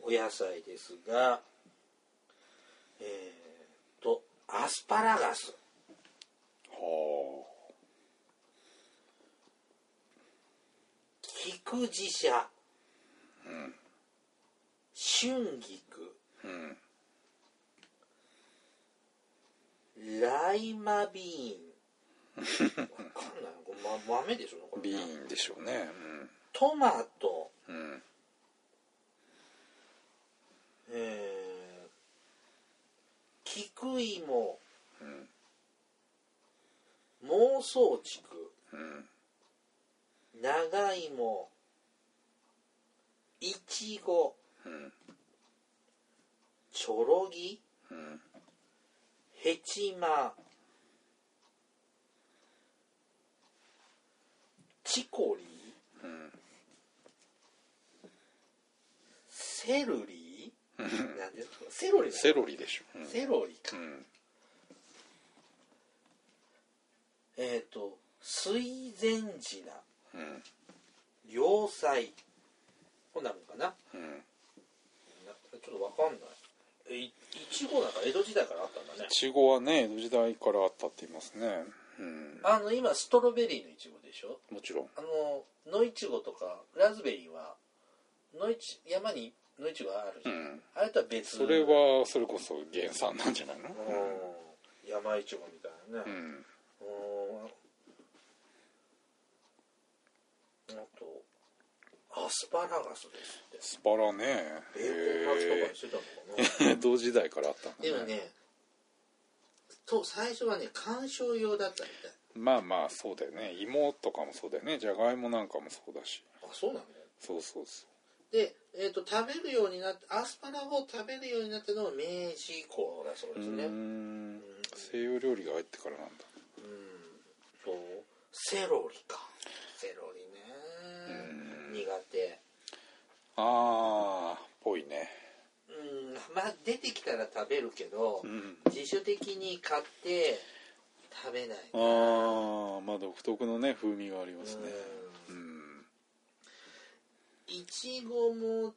[SPEAKER 1] お野菜ですがえっ、とアスパラガス
[SPEAKER 2] は
[SPEAKER 1] 菊磁舎、春菊
[SPEAKER 2] あうん
[SPEAKER 1] ライマビーン。わかんない。これ、ま、豆でしょこれ
[SPEAKER 2] ビーンでしょうね
[SPEAKER 1] トマト、
[SPEAKER 2] うんうん
[SPEAKER 1] えー、菊芋、
[SPEAKER 2] うん
[SPEAKER 1] 妄想竹、
[SPEAKER 2] うん
[SPEAKER 1] 長芋、いちご、
[SPEAKER 2] うん
[SPEAKER 1] ちょろぎ、
[SPEAKER 2] うん
[SPEAKER 1] ヘチマ、チコリー、
[SPEAKER 2] うん
[SPEAKER 1] セルリーなんですかセロリなの
[SPEAKER 2] セロリでしょ、うん
[SPEAKER 1] セロリか。
[SPEAKER 2] うん、
[SPEAKER 1] えっ、と、水前寺な
[SPEAKER 2] うん
[SPEAKER 1] 要塞。こんなもんかな。
[SPEAKER 2] うん
[SPEAKER 1] なちょっとわかんない。え、いいちごなんか江戸時代からあったんだね
[SPEAKER 2] い。ちごはね江戸時代からあったって言いますねうん
[SPEAKER 1] あの、今、ストロベリーのいちごでしょ
[SPEAKER 2] もちろん
[SPEAKER 1] あの、野いちごとか、ラズベリーは、野いち、山に野いちごがあるじ
[SPEAKER 2] う
[SPEAKER 1] ゃん。
[SPEAKER 2] ん
[SPEAKER 1] あれとは別
[SPEAKER 2] それはそれこそ原産なんじゃない
[SPEAKER 1] う
[SPEAKER 2] の
[SPEAKER 1] ん、山いちごみたいなね。
[SPEAKER 2] うん
[SPEAKER 1] うんあと、アスパラガスですって。
[SPEAKER 2] スパラね
[SPEAKER 1] ベーコン巻きとかにしてたのかな。
[SPEAKER 2] へえ江戸時代からあったんだ、ね、
[SPEAKER 1] でもね、と最初はね、観賞用だったみたい。
[SPEAKER 2] まあまあそうだよね芋とかもそうだよねじゃがいもなんかもそうだし
[SPEAKER 1] あ、そうなの
[SPEAKER 2] そうそうそ
[SPEAKER 1] で、えっと食べるようになってアスパラを食べるようになったのは明治以降だそう
[SPEAKER 2] う
[SPEAKER 1] です
[SPEAKER 2] う
[SPEAKER 1] ね。
[SPEAKER 2] ー
[SPEAKER 1] うん
[SPEAKER 2] ん西洋料理が入ってからなんだ
[SPEAKER 1] とセロリか。セロ
[SPEAKER 2] う
[SPEAKER 1] リね、苦手。
[SPEAKER 2] あーっぽいね
[SPEAKER 1] うん、まあ出てきたら食べるけど、
[SPEAKER 2] うん
[SPEAKER 1] 自主的に買って食べない。
[SPEAKER 2] あーまあ独特のね風味がありますね
[SPEAKER 1] う
[SPEAKER 2] うんん
[SPEAKER 1] いちごも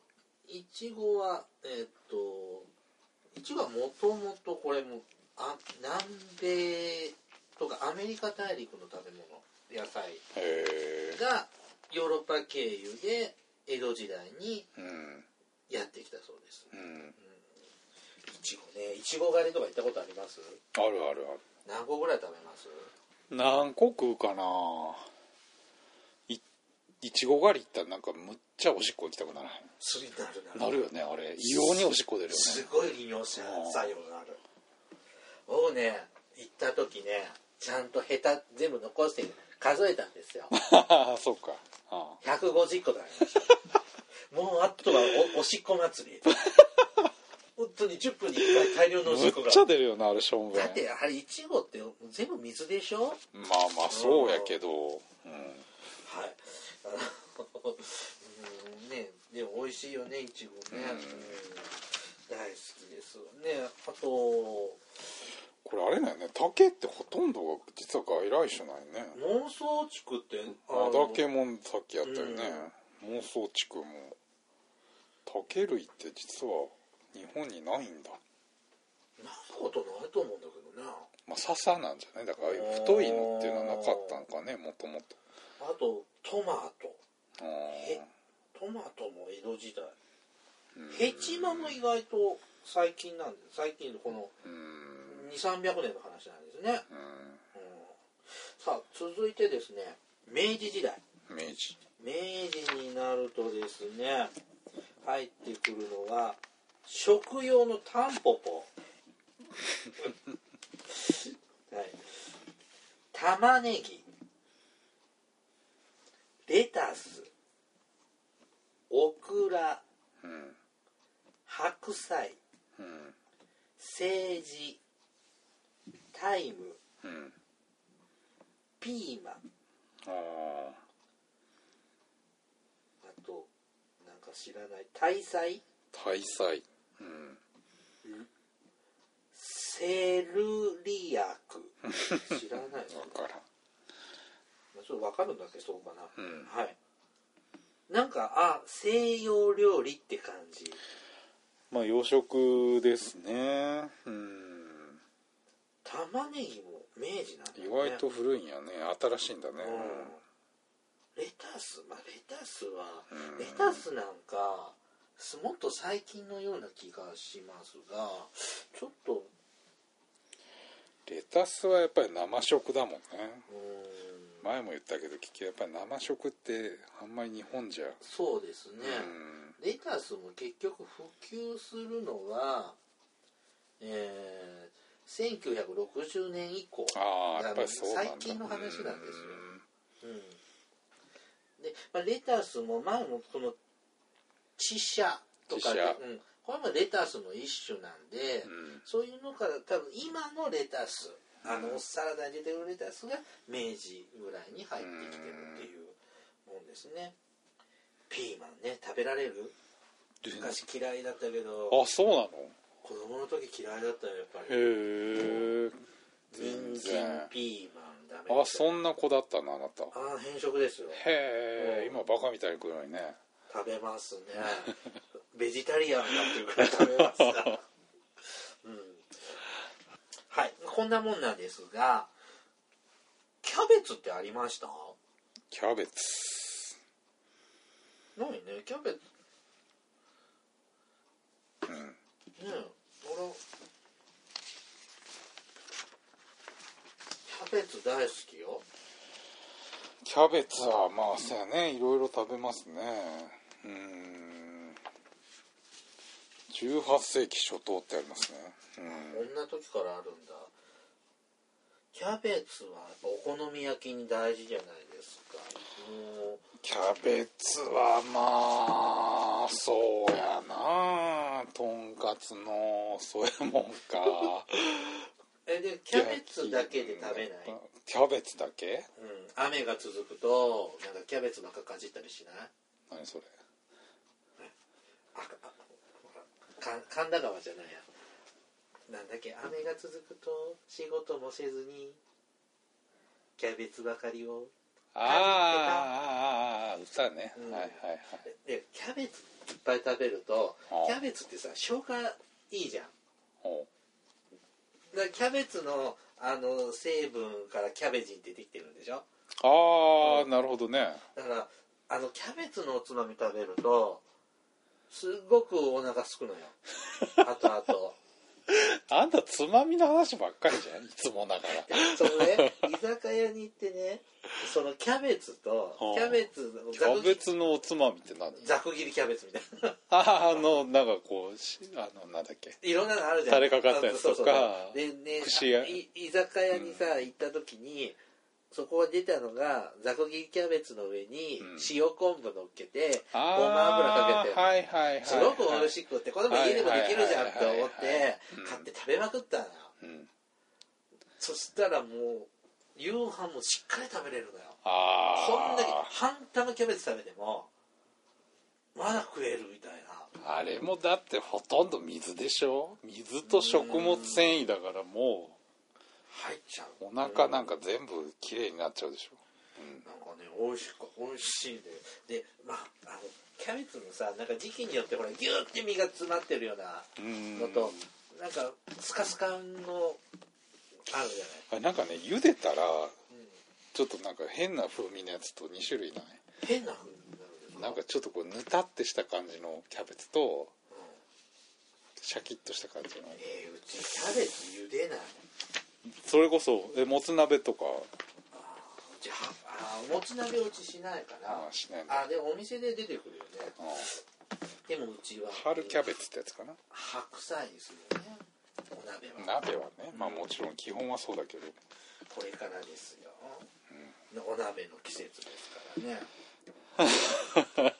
[SPEAKER 1] いちごはえっといちごはもともとこれもあ南米とかアメリカ大陸の食べ物野菜
[SPEAKER 2] へえ
[SPEAKER 1] がヨーロッパ経由で江戸時代に
[SPEAKER 2] うん
[SPEAKER 1] やってきたそうです
[SPEAKER 2] うん
[SPEAKER 1] いちごねいちご狩りとか行ったことあります
[SPEAKER 2] あるあるある
[SPEAKER 1] 何個ぐらい食べます
[SPEAKER 2] 何個食うかな 1, いちご狩り行ったらなんかむっちゃおしっこ行きたくならへ
[SPEAKER 1] すりなる
[SPEAKER 2] んなるよねあれ異様におしっこ出るよ
[SPEAKER 1] す
[SPEAKER 2] ね
[SPEAKER 1] ごい利尿作用がある僕ね行った時ねちゃんとヘタ全部残して数えたんです よ
[SPEAKER 2] そうかあ
[SPEAKER 1] 150個だよもうあとはおおしっこ祭り本当に10分に1回大量の
[SPEAKER 2] あ
[SPEAKER 1] おしっこ
[SPEAKER 2] む
[SPEAKER 1] が
[SPEAKER 2] っちゃ出るよなあれしょんべん
[SPEAKER 1] だってあれいちごって全部水でしょ
[SPEAKER 2] まあまあそうやけど、うん、
[SPEAKER 1] はいあの うんねでも美味しいよねいちごね、
[SPEAKER 2] うん
[SPEAKER 1] うん大好きですねあと
[SPEAKER 2] これあれだよね竹ってほとんどが実は外来種なんよね
[SPEAKER 1] 妄想地区ってあ
[SPEAKER 2] あ
[SPEAKER 1] の
[SPEAKER 2] だけもんさっきやったよね、妄想地区も竹類って実は日本にないんだ
[SPEAKER 1] なことないと思うんだけどね
[SPEAKER 2] まあ笹なんじゃないだからああいう太いのっていうのはなかったんかねもともと
[SPEAKER 1] あとトマト
[SPEAKER 2] あ
[SPEAKER 1] え
[SPEAKER 2] あ
[SPEAKER 1] トマトも江戸時代ヘチマも意外と最近なんです最近のこの
[SPEAKER 2] うん
[SPEAKER 1] 2 3 0 0年の話なんですね、
[SPEAKER 2] う
[SPEAKER 1] うんさあ続いてですね明治時代
[SPEAKER 2] ん明治
[SPEAKER 1] 明治になるとですね入ってくるのが食用のタンポポ はい玉ねぎレタスオクラ
[SPEAKER 2] うん
[SPEAKER 1] 白菜
[SPEAKER 2] うん
[SPEAKER 1] セージタイム
[SPEAKER 2] うん
[SPEAKER 1] ピーマン
[SPEAKER 2] ああ
[SPEAKER 1] あとなんか知らない大菜
[SPEAKER 2] 大祭うん
[SPEAKER 1] セルリアク知 らないですね
[SPEAKER 2] 分からん
[SPEAKER 1] まあちょっとわかるんだけどそうかな、
[SPEAKER 2] うん
[SPEAKER 1] はいなんかあ西洋料理って感じ
[SPEAKER 2] まあ洋食ですねうん
[SPEAKER 1] 玉ねぎも明治なんだ、ね、
[SPEAKER 2] 意外と古いんやね新しいんだね
[SPEAKER 1] うんレタスまあレタスは
[SPEAKER 2] うん
[SPEAKER 1] レタスなんかすもっと最近のような気がしますがちょっと
[SPEAKER 2] レタスはやっぱり生食だもんね
[SPEAKER 1] うーん
[SPEAKER 2] 前も言ったけど結局やっぱり生食ってあんまり日本じゃ、
[SPEAKER 1] そうですね、
[SPEAKER 2] うん
[SPEAKER 1] レタスも結局普及するのは、えー1960年以降
[SPEAKER 2] ああやっぱりそうなんだ
[SPEAKER 1] 最近の話なんですようんで、まあ、レタスも前もこの「チシャ」とかで、
[SPEAKER 2] チシャ
[SPEAKER 1] うん、これもレタスの一種なんで、
[SPEAKER 2] うん
[SPEAKER 1] そういうのから多分今のレタスあ
[SPEAKER 2] う
[SPEAKER 1] の
[SPEAKER 2] ん
[SPEAKER 1] おサラダに出てるレタスが明治ぐらいに入ってきてるっていうもんですねピーマンね食べられる
[SPEAKER 2] で
[SPEAKER 1] 昔嫌いだったけど
[SPEAKER 2] あそうなの
[SPEAKER 1] 子供の時嫌いだったよやっぱり
[SPEAKER 2] へえ全
[SPEAKER 1] 人
[SPEAKER 2] 然
[SPEAKER 1] 参ピーマンダメ
[SPEAKER 2] あそんな子だったなあなた
[SPEAKER 1] あー変色ですよ
[SPEAKER 2] へえ
[SPEAKER 1] うん
[SPEAKER 2] 今バカみたいに食うのにね
[SPEAKER 1] 食べ ますねベジタリアンだっていうくらい食べますがうんはいこんなもんなんですがキャベツってありました
[SPEAKER 2] キャベツ
[SPEAKER 1] ないねキャベツ
[SPEAKER 2] うん
[SPEAKER 1] ねえあれキャベツ大好きよ
[SPEAKER 2] キャベツはまあそうやねいろいろ食べますねうん18世紀初頭ってありますね
[SPEAKER 1] こんな時からあるんだキャベツはやっぱお好み焼きに大事じゃないですかもう
[SPEAKER 2] キャベツはまあそうやなとんかつのそういうもんか
[SPEAKER 1] えでキャベツだけで食べない、うん、
[SPEAKER 2] キャベツだけ
[SPEAKER 1] 雨が続くとなんかキャベツばっかかじったりしない
[SPEAKER 2] 何それ
[SPEAKER 1] ああほらか神田川じゃないやなんだっけ雨が続くと仕事もせずにキャベツばかりを
[SPEAKER 2] あーあーあーあー歌ね、
[SPEAKER 1] うん
[SPEAKER 2] はいはいはい
[SPEAKER 1] でキャベツいっぱい食べると
[SPEAKER 2] ああ
[SPEAKER 1] キャベツってさ消化いいじゃん
[SPEAKER 2] おう
[SPEAKER 1] だからキャベツのあの成分からキャベジンってできてるんでしょ
[SPEAKER 2] ああ、なるほどね
[SPEAKER 1] だからあのキャベツのおつまみ食べるとすっごくお腹す くのよあとあと
[SPEAKER 2] あんたつまみの話ばっかりじゃんいつもながら
[SPEAKER 1] そのねい酒屋に行ってねそのキャベツと
[SPEAKER 2] はあ
[SPEAKER 1] キャベツの
[SPEAKER 2] キ
[SPEAKER 1] ざく
[SPEAKER 2] ャベツのおつまみって何
[SPEAKER 1] ざく切りキャベツみたいな
[SPEAKER 2] ああのなんかこうしあのなんだっけ
[SPEAKER 1] いろんなのあるじゃん
[SPEAKER 2] タレかかったやつとか
[SPEAKER 1] そうそうそうでね
[SPEAKER 2] 串や
[SPEAKER 1] い居酒屋にさ行った時に、そこが出たのがざく切りキャベツの上に
[SPEAKER 2] うん
[SPEAKER 1] 塩昆布乗っけて、
[SPEAKER 2] あ
[SPEAKER 1] ごま油かけて、
[SPEAKER 2] ーはいはいはい、はい、
[SPEAKER 1] すごく美味
[SPEAKER 2] い、
[SPEAKER 1] しくってこれも家でもできるじゃんって思っ
[SPEAKER 2] はいはいはいはい
[SPEAKER 1] て
[SPEAKER 2] うん
[SPEAKER 1] 買って食べまくったのよ
[SPEAKER 2] うん、
[SPEAKER 1] そしたらもう夕飯もしっかり食べれるのよ
[SPEAKER 2] ああ
[SPEAKER 1] こんだけ半玉キャベツ食べてもまだ食えるみたいな
[SPEAKER 2] あれもだってほとんど水でしょ水と食物繊維だからも
[SPEAKER 1] 入っちゃ
[SPEAKER 2] う
[SPEAKER 1] う
[SPEAKER 2] お腹なん
[SPEAKER 1] か、
[SPEAKER 2] か全部きれいになっちゃうでしょ
[SPEAKER 1] なんかね美味しく美味しいんででまああのキャベツのさなんか時期によってほらギューって身が詰まってるような
[SPEAKER 2] うん
[SPEAKER 1] のと、なんかスカスカのあるじゃ
[SPEAKER 2] あれなんかね茹でたら
[SPEAKER 1] ない、うん
[SPEAKER 2] ちょっとなんか変な風味のやつと2種類ない
[SPEAKER 1] 変な風になるでしょ
[SPEAKER 2] なんかちょっとこうぬたってした感じのキャベツと
[SPEAKER 1] うん
[SPEAKER 2] シャキッとした感じの
[SPEAKER 1] えーうちキャベツ茹でない
[SPEAKER 2] それこそえもつ鍋とか
[SPEAKER 1] あーうちはあーもつ鍋うちしないから
[SPEAKER 2] あーしないんだ
[SPEAKER 1] あーでもお店で出てくるよね
[SPEAKER 2] うん
[SPEAKER 1] でもうちは
[SPEAKER 2] 春キャベツってやつかな
[SPEAKER 1] 白菜にするよねお鍋は
[SPEAKER 2] 鍋はねまあもちろん基本はそうだけど
[SPEAKER 1] これからですよ、お鍋の季節ですからね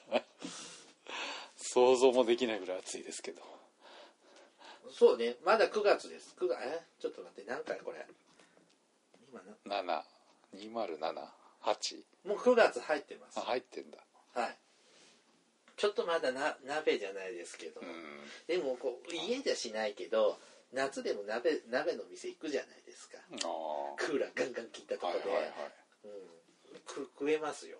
[SPEAKER 2] 想像もできないぐらい暑いですけど
[SPEAKER 1] そうねまだ9月です9月えちょっと待って何回これ今な
[SPEAKER 2] 72078
[SPEAKER 1] もう9月入ってます
[SPEAKER 2] あ入ってんだ
[SPEAKER 1] はいちょっとまだな鍋じゃないですけど、
[SPEAKER 2] う
[SPEAKER 1] でもこう家じゃしないけど夏でも鍋鍋の店行くじゃないですか
[SPEAKER 2] んああ
[SPEAKER 1] クーラーガンガン切ったとこ
[SPEAKER 2] はい
[SPEAKER 1] で、
[SPEAKER 2] はいはい
[SPEAKER 1] うん、く食えますよ、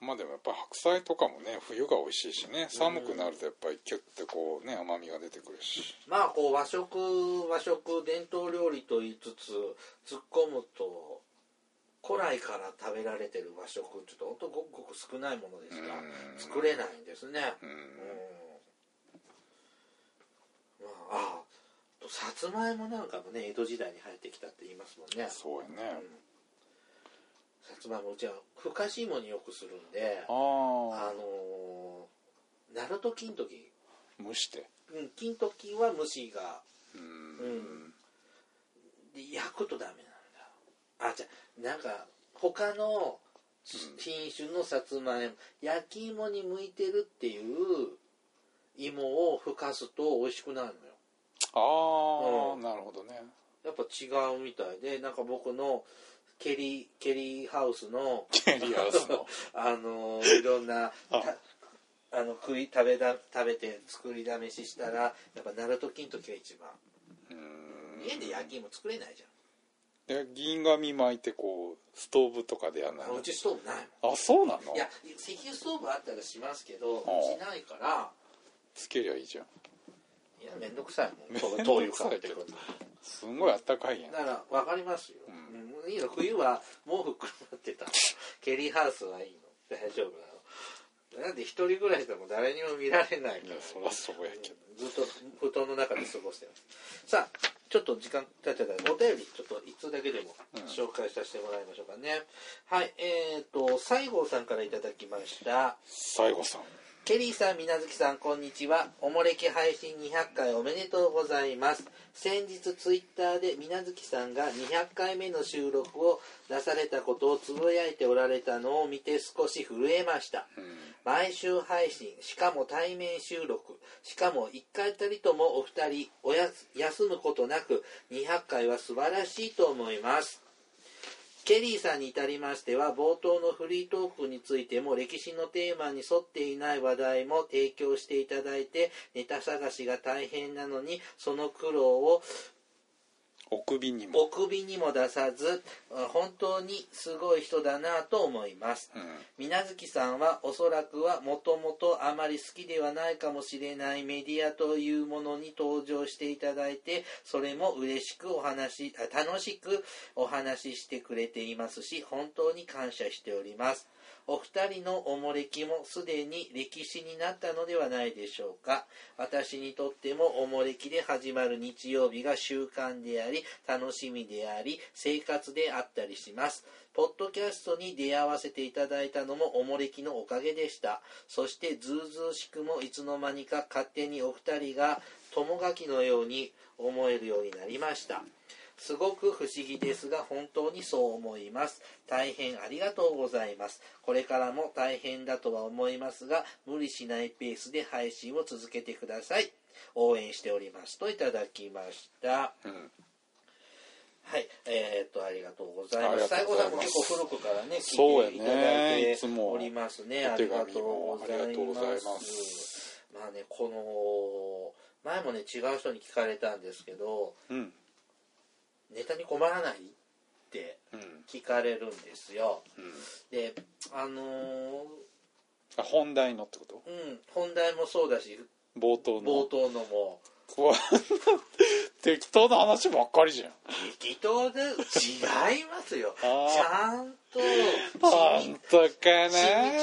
[SPEAKER 2] まあでもやっぱ白菜とかもね冬が美味しいしね寒くなるとやっぱりキュッてこうね甘みが出てくるし
[SPEAKER 1] まあこう和食和食伝統料理と言いつつ突っ込むと古来から食べられてる和食ちょっとほんとごくごく少ないものですが
[SPEAKER 2] うん
[SPEAKER 1] 作れないんですね
[SPEAKER 2] う
[SPEAKER 1] うん
[SPEAKER 2] ん
[SPEAKER 1] まあああとさつまいもなんかもね江戸時代に入ってきたって言いますもんね
[SPEAKER 2] そうやね
[SPEAKER 1] さつまいもうちはふかし芋によくするんで
[SPEAKER 2] あ
[SPEAKER 1] あ
[SPEAKER 2] あ
[SPEAKER 1] のー、鳴門金時
[SPEAKER 2] 蒸して
[SPEAKER 1] うん金時は虫が
[SPEAKER 2] う
[SPEAKER 1] うん
[SPEAKER 2] ん
[SPEAKER 1] で焼くとダメなんだあじゃあなんか他の品種のさつまいも焼き芋に向いてるっていう芋をふかすと美味しくなるのよ
[SPEAKER 2] ああ
[SPEAKER 1] うん
[SPEAKER 2] なるほどね
[SPEAKER 1] やっぱ違うみたいでなんか僕のケリーケリーハウスの
[SPEAKER 2] ケリーハウスの
[SPEAKER 1] あのいろんなた
[SPEAKER 2] あ
[SPEAKER 1] あの食い食べだ食べて作り試ししたらやっぱ鳴門金時が一番
[SPEAKER 2] うん
[SPEAKER 1] 家で焼き芋作れないじ
[SPEAKER 2] で銀紙巻いてこうストーブとかでやん
[SPEAKER 1] ゃ
[SPEAKER 2] ない
[SPEAKER 1] んあうちストーブないも
[SPEAKER 2] あそうなの
[SPEAKER 1] んいや石油ストーブあったらしますけどう
[SPEAKER 2] あ
[SPEAKER 1] ちないから
[SPEAKER 2] つけりゃいいじゃん
[SPEAKER 1] いや面倒くさいもんそう灯
[SPEAKER 2] 面倒
[SPEAKER 1] 油
[SPEAKER 2] くさ
[SPEAKER 1] 買っ
[SPEAKER 2] い
[SPEAKER 1] て
[SPEAKER 2] け
[SPEAKER 1] く
[SPEAKER 2] ど
[SPEAKER 1] る
[SPEAKER 2] すんごいあったかいやん
[SPEAKER 1] だから分かりますよ、うんいいの冬は毛布くるまって たケリーハウスはいいの大丈夫なのなんで一人暮らしでも誰にも見られない
[SPEAKER 2] い
[SPEAKER 1] か
[SPEAKER 2] や
[SPEAKER 1] ら
[SPEAKER 2] そらそうやけど
[SPEAKER 1] ずっと布団の中で過ごしてますさあちょっと時間経っちゃったのでお便りちょっと一通だけでも紹介させてもらいましょうかね、はいえー、と西郷さんからいただきました
[SPEAKER 2] 西郷さん
[SPEAKER 1] ケリーさん、みなずきさん、こんにちは。おもれき配信200回おめでとうございます。先日ツイッターでみなずきさんが200回目の収録を出されたことをつぶやいておられたのを見て少し震えました。毎週配信、しかも対面収録、しかも1回たりともお二人おやす休むことなく200回は素晴らしいと思います。ケリーさんに至りましては冒頭のフリートークについても歴史のテーマに沿っていない話題も提供していただいてネタ探しが大変なのにその苦労を
[SPEAKER 2] お首にも
[SPEAKER 1] お首にも出さずうん本当にすごい人だなぁと思います。
[SPEAKER 2] うん
[SPEAKER 1] 水無月さんはおそらくはもともとあまり好きではないかもしれないメディアというものに登場していただいてそれも嬉しくお話しあ楽しくお話ししてくれていますし本当に感謝しておりますお二人のおもれきもすでに歴史になったのではないでしょうか私にとってもおもれきで始まる日曜日が習慣であり楽しみであり生活であったりしますポッドキャストに出会わせていただいたのもおもれきのおかげでしたそしてずうずうしくもいつの間にか勝手にお二人が友書きのように思えるようになりましたすごく不思議ですが本当にそう思います大変ありがとうございますこれからも大変だとは思いますが無理しないペースで配信を続けてください応援しておりますといただきました
[SPEAKER 2] うん
[SPEAKER 1] はいえー、っとありがとうございま
[SPEAKER 2] あり
[SPEAKER 1] す
[SPEAKER 2] が
[SPEAKER 1] 最
[SPEAKER 2] とうご
[SPEAKER 1] 後
[SPEAKER 2] ざ
[SPEAKER 1] さん
[SPEAKER 2] い
[SPEAKER 1] も
[SPEAKER 2] ます
[SPEAKER 1] 結構古くからね
[SPEAKER 2] そ
[SPEAKER 1] 聞
[SPEAKER 2] うや
[SPEAKER 1] いて
[SPEAKER 2] ね
[SPEAKER 1] いただい
[SPEAKER 2] いつ
[SPEAKER 1] て
[SPEAKER 2] も
[SPEAKER 1] おりますねあ
[SPEAKER 2] お
[SPEAKER 1] り
[SPEAKER 2] 手
[SPEAKER 1] が
[SPEAKER 2] 紙
[SPEAKER 1] とう
[SPEAKER 2] も
[SPEAKER 1] ござい
[SPEAKER 2] ありがとうご
[SPEAKER 1] ま
[SPEAKER 2] ざいます
[SPEAKER 1] まあねこの前もね違う人に聞かれたんですけど
[SPEAKER 2] うん
[SPEAKER 1] ネタに困らないって
[SPEAKER 2] うん
[SPEAKER 1] 聞かれるんですよ
[SPEAKER 2] うん
[SPEAKER 1] であのー
[SPEAKER 2] あ本題のってこと
[SPEAKER 1] うん本題もそうだし
[SPEAKER 2] 冒頭の
[SPEAKER 1] 冒頭のも
[SPEAKER 2] こわ適当な話ばっかりじゃん
[SPEAKER 1] 適当で違いますよち
[SPEAKER 2] あー
[SPEAKER 1] ゃんと地
[SPEAKER 2] 本
[SPEAKER 1] 味
[SPEAKER 2] 当かな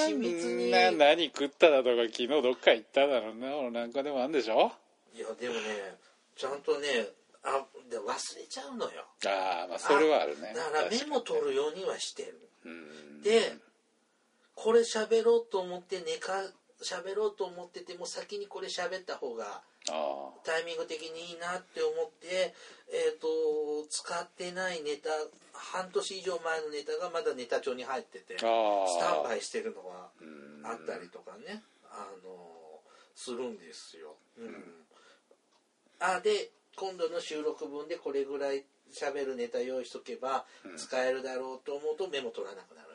[SPEAKER 1] 緻密に
[SPEAKER 2] な何食っただとか昨日どっか行っただろうな俺なんかでもあるんでしょ
[SPEAKER 1] いやでもねちゃんとねあで忘れちゃうのよ
[SPEAKER 2] ああまあそれはあるね
[SPEAKER 1] だからメ
[SPEAKER 2] 確か
[SPEAKER 1] モ取るようにはしてる
[SPEAKER 2] にうん
[SPEAKER 1] でこれ喋ろうと思って寝か喋ろうと思ってても先にこれ喋った方が
[SPEAKER 2] あ
[SPEAKER 1] タイミング的にいいなって思って、えー、と使ってないネタ半年以上前のネタがまだネタ帳に入ってて
[SPEAKER 2] あああ
[SPEAKER 1] スタンバイしてるのは
[SPEAKER 2] うん
[SPEAKER 1] あったりとかね、あのするんですよ。うんあで今度の収録分でこれぐらい喋るネタ用意しとけば使えるだろうと思うとメモ取らなくなる。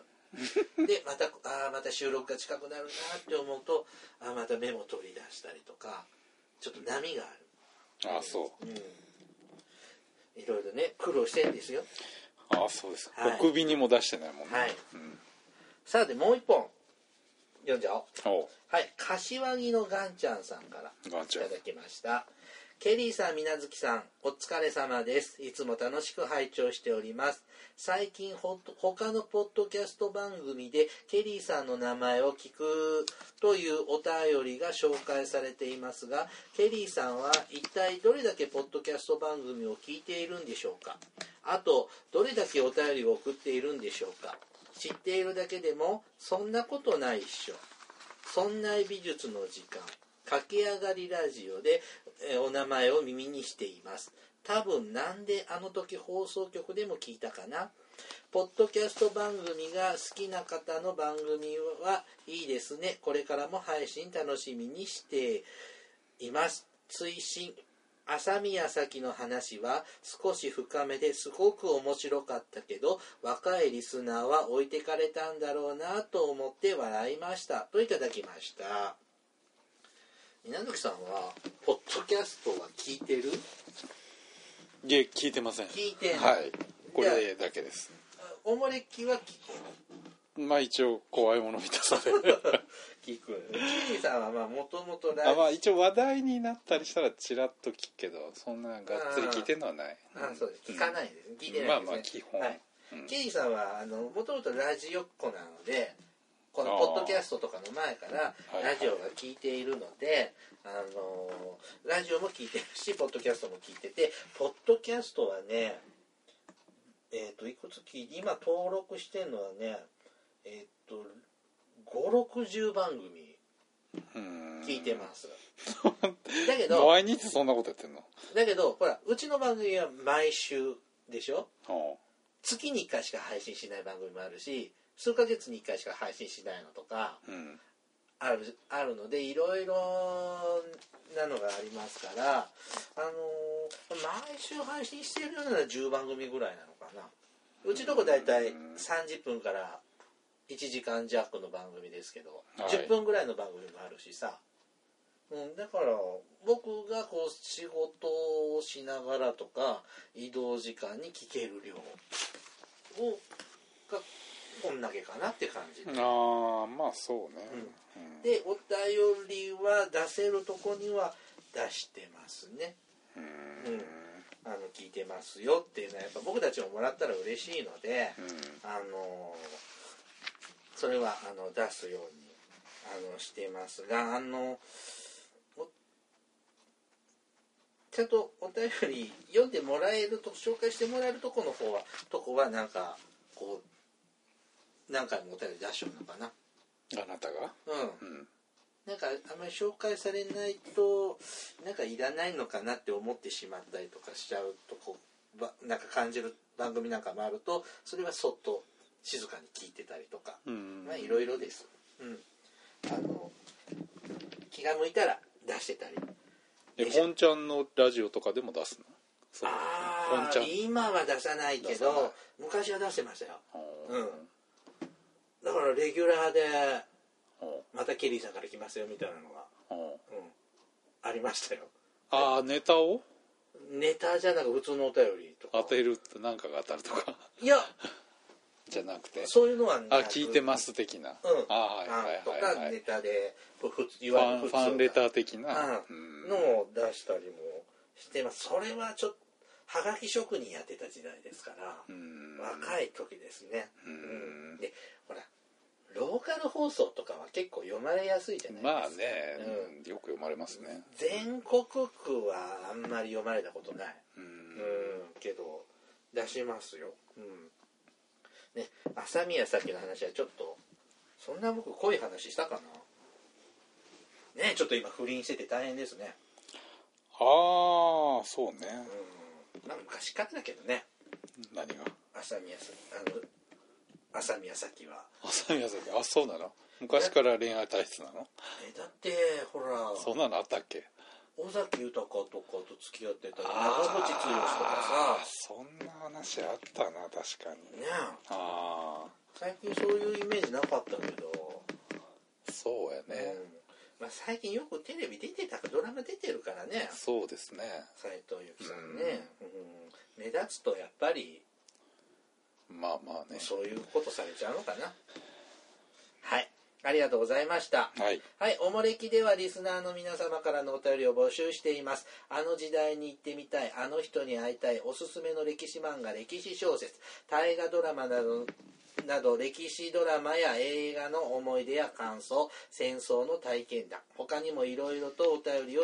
[SPEAKER 1] でまたあーまた収録が近くなるなって思うとあーまたメモ取り出したりとかちょっと波がある。
[SPEAKER 2] ああそう
[SPEAKER 1] うん、いろいろね苦労してんですよ
[SPEAKER 2] ああそうです
[SPEAKER 1] はい
[SPEAKER 2] 国にも出してないもんね
[SPEAKER 1] はい
[SPEAKER 2] うん
[SPEAKER 1] さあでもう一本読んじゃおう
[SPEAKER 2] おう
[SPEAKER 1] はい柏木のガンちゃんさんから
[SPEAKER 2] ガンちゃん
[SPEAKER 1] いただきましたケリーさん、みなずきさん、お疲れ様です。いつも楽しく拝聴しております。最近ほ、他のポッドキャスト番組で、ケリーさんの名前を聞くというお便りが紹介されていますが、ケリーさんは一体どれだけポッドキャスト番組を聞いているんでしょうかあと、どれだけお便りを送っているんでしょうか知っているだけでも、そんなことないっしょ。そんな美術の時間駆け上がりラジオで、えーお名前を耳にしています多分なんであの時放送局でも聞いたかなポッドキャスト番組が好きな方の番組はいいですねこれからも配信楽しみにしています追伸朝宮咲の話は少し深めですごく面白かったけど若いリスナーは置いてかれたんだろうなと思って笑いましたといただきました稲垣さんはポッドキャストは聞いてる
[SPEAKER 2] いや聞いてません
[SPEAKER 1] 聞いてない
[SPEAKER 2] はいこれだけです
[SPEAKER 1] おもれきは聞
[SPEAKER 2] まあ一応怖いもの見たさ で
[SPEAKER 1] く聞くキリさんはまあもともとラ
[SPEAKER 2] あ
[SPEAKER 1] イブ
[SPEAKER 2] まあ一応話題になったりしたらちらっと聞くけどそんながっつり聞いてんのはない
[SPEAKER 1] あそうです聞かないですね聞いて
[SPEAKER 2] ま
[SPEAKER 1] な
[SPEAKER 2] あ
[SPEAKER 1] いですね
[SPEAKER 2] まあ基本
[SPEAKER 1] はい
[SPEAKER 2] うん
[SPEAKER 1] ケリーさんはあのもともとラジオっ子なのでこの
[SPEAKER 2] あー
[SPEAKER 1] ポッドキャストとかの前から
[SPEAKER 2] いはい
[SPEAKER 1] ラジオが聞いているので、あのーラジオも聞いてるしポッドキャストも聞いててポッドキャストはねえっ、といくつ聞いて今登録してるのはねえっ、と560番組
[SPEAKER 2] うん
[SPEAKER 1] 聞い てます、だけど
[SPEAKER 2] 毎日そんなことやってんの
[SPEAKER 1] だけどほらうちの番組は毎週でしょ
[SPEAKER 2] お
[SPEAKER 1] 月に1回しか配信しない番組もあるし数ヶ月に1回しか配信しないのとか
[SPEAKER 2] ううん
[SPEAKER 1] あるあるのでいろいろなのがありますから、あのー毎週配信してるのは10番組ぐらいなのかなうちのこ大体
[SPEAKER 2] うん
[SPEAKER 1] 30分から1時間弱の番組ですけど、
[SPEAKER 2] はい
[SPEAKER 1] 10分ぐらいの番組もあるしさ、うん、だから僕がこう仕事をしながらとか移動時間に聞ける量をがこんだけかなって感じで
[SPEAKER 2] ああまあそうね
[SPEAKER 1] でお便りは出せるとこには出してますね
[SPEAKER 2] うん
[SPEAKER 1] うんあの聞いてますよっていうのはやっぱ僕たちももらったら嬉しいので
[SPEAKER 2] うん
[SPEAKER 1] あのそれはあの出すようにあのしてますがあのおちゃんとお便り読んでもらえると紹介してもらえるとこの方はとこはなんかこう何回もお便り出しようのかな
[SPEAKER 2] あなたが
[SPEAKER 1] うん
[SPEAKER 2] うん
[SPEAKER 1] なんかあんまり紹介されないとなんかいらないのかなって思ってしまったりとかしちゃうとこばなんか感じる番組なんかもあるとそれはそっと静かに聞いてたりとか、
[SPEAKER 2] うん
[SPEAKER 1] まあいろいろです、うん、あの気が向いたら出してたり
[SPEAKER 2] え本ちゃんのラジオとかでも出すのそう
[SPEAKER 1] あ
[SPEAKER 2] 本ちゃ
[SPEAKER 1] あ
[SPEAKER 2] ん
[SPEAKER 1] 今は出さないけ
[SPEAKER 2] 出さない
[SPEAKER 1] ど昔は出してましたよ
[SPEAKER 2] あー
[SPEAKER 1] うんだからレギュラーで
[SPEAKER 2] あー
[SPEAKER 1] またケリーさんから来ますよみたいなのが、
[SPEAKER 2] あー
[SPEAKER 1] うん、ありましたよ
[SPEAKER 2] あーネタを
[SPEAKER 1] ネタじゃなく普通のお便りとか
[SPEAKER 2] 当てると何かが当たるとか
[SPEAKER 1] いや
[SPEAKER 2] じゃなくて
[SPEAKER 1] そういうのはなく
[SPEAKER 2] あ聞いてます的な、
[SPEAKER 1] うん
[SPEAKER 2] あはい
[SPEAKER 1] な
[SPEAKER 2] は
[SPEAKER 1] んと
[SPEAKER 2] いはい
[SPEAKER 1] か
[SPEAKER 2] はい、
[SPEAKER 1] ネタでふふつい
[SPEAKER 2] フ
[SPEAKER 1] わゆ
[SPEAKER 2] ァ
[SPEAKER 1] る
[SPEAKER 2] ン
[SPEAKER 1] 普
[SPEAKER 2] フ
[SPEAKER 1] 通の
[SPEAKER 2] ァンレター的な、
[SPEAKER 1] うんのを出したりもしてますそれはちょっとはがき職人やってた時代ですから
[SPEAKER 2] うん
[SPEAKER 1] 若い時ですね
[SPEAKER 2] うん
[SPEAKER 1] うんでほらローカル放送とかは結構読まれやすいじゃないですか
[SPEAKER 2] まあね、
[SPEAKER 1] うん
[SPEAKER 2] うんよく読まれますね
[SPEAKER 1] 全国区はあんまり読まれたことない
[SPEAKER 2] うん
[SPEAKER 1] うんけど出しますようんね朝宮さっきの話はちょっとそんな僕濃い話したかなねちょっと今不倫してて大変ですね
[SPEAKER 2] ああそうね
[SPEAKER 1] うんまあ昔からだけどね
[SPEAKER 2] 何が
[SPEAKER 1] 朝宮さあの朝宮さきは
[SPEAKER 2] 朝宮さんあそうなの昔から恋愛体質なの
[SPEAKER 1] えだってほら
[SPEAKER 2] そんなのあったっけ
[SPEAKER 1] 尾崎豊とかと付き合ってたり長渕剛と
[SPEAKER 2] あ
[SPEAKER 1] か
[SPEAKER 2] ー
[SPEAKER 1] さ
[SPEAKER 2] そんな話あったな確かに
[SPEAKER 1] ね
[SPEAKER 2] あ
[SPEAKER 1] 最近そういうイメージなかったけど
[SPEAKER 2] あそうやね、
[SPEAKER 1] うんまあ、最近よくテレビ出てたかドラマ出てるからね
[SPEAKER 2] そうですね
[SPEAKER 1] 斉藤由貴さんね、うん目立つとやっぱり
[SPEAKER 2] まあまあね
[SPEAKER 1] そういうことされちゃうのかなはいありがとうございました
[SPEAKER 2] はい
[SPEAKER 1] はい、おもれきではリスナーの皆様からのお便りを募集しています。あの時代に行ってみたい、あの人に会いたい、おすすめの歴史漫画、歴史小説、大河ドラマなど、など歴史ドラマや映画の思い出や感想、戦争の体験談、他にもいろいろとお便りを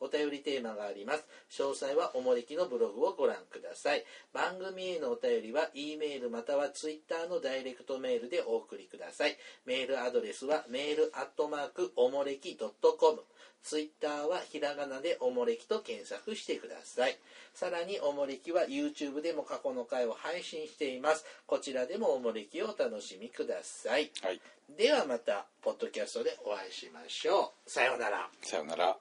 [SPEAKER 1] お便りテーマがあります。詳細はおもれきのブログをご覧ください。番組へのお便りは、E メールまたは Twitter のダイレクトメールでお送りください。メールアドレスは、メールアットマークおもれき .com。Twitter はひらがなでおもれきと検索してください。さらにおもれきは YouTube でも過去の回を配信しています。こちらでもおもれきをお楽しみください。
[SPEAKER 2] はい
[SPEAKER 1] ではまた、ポッドキャストでお会いしましょう。さようなら。
[SPEAKER 2] さよなら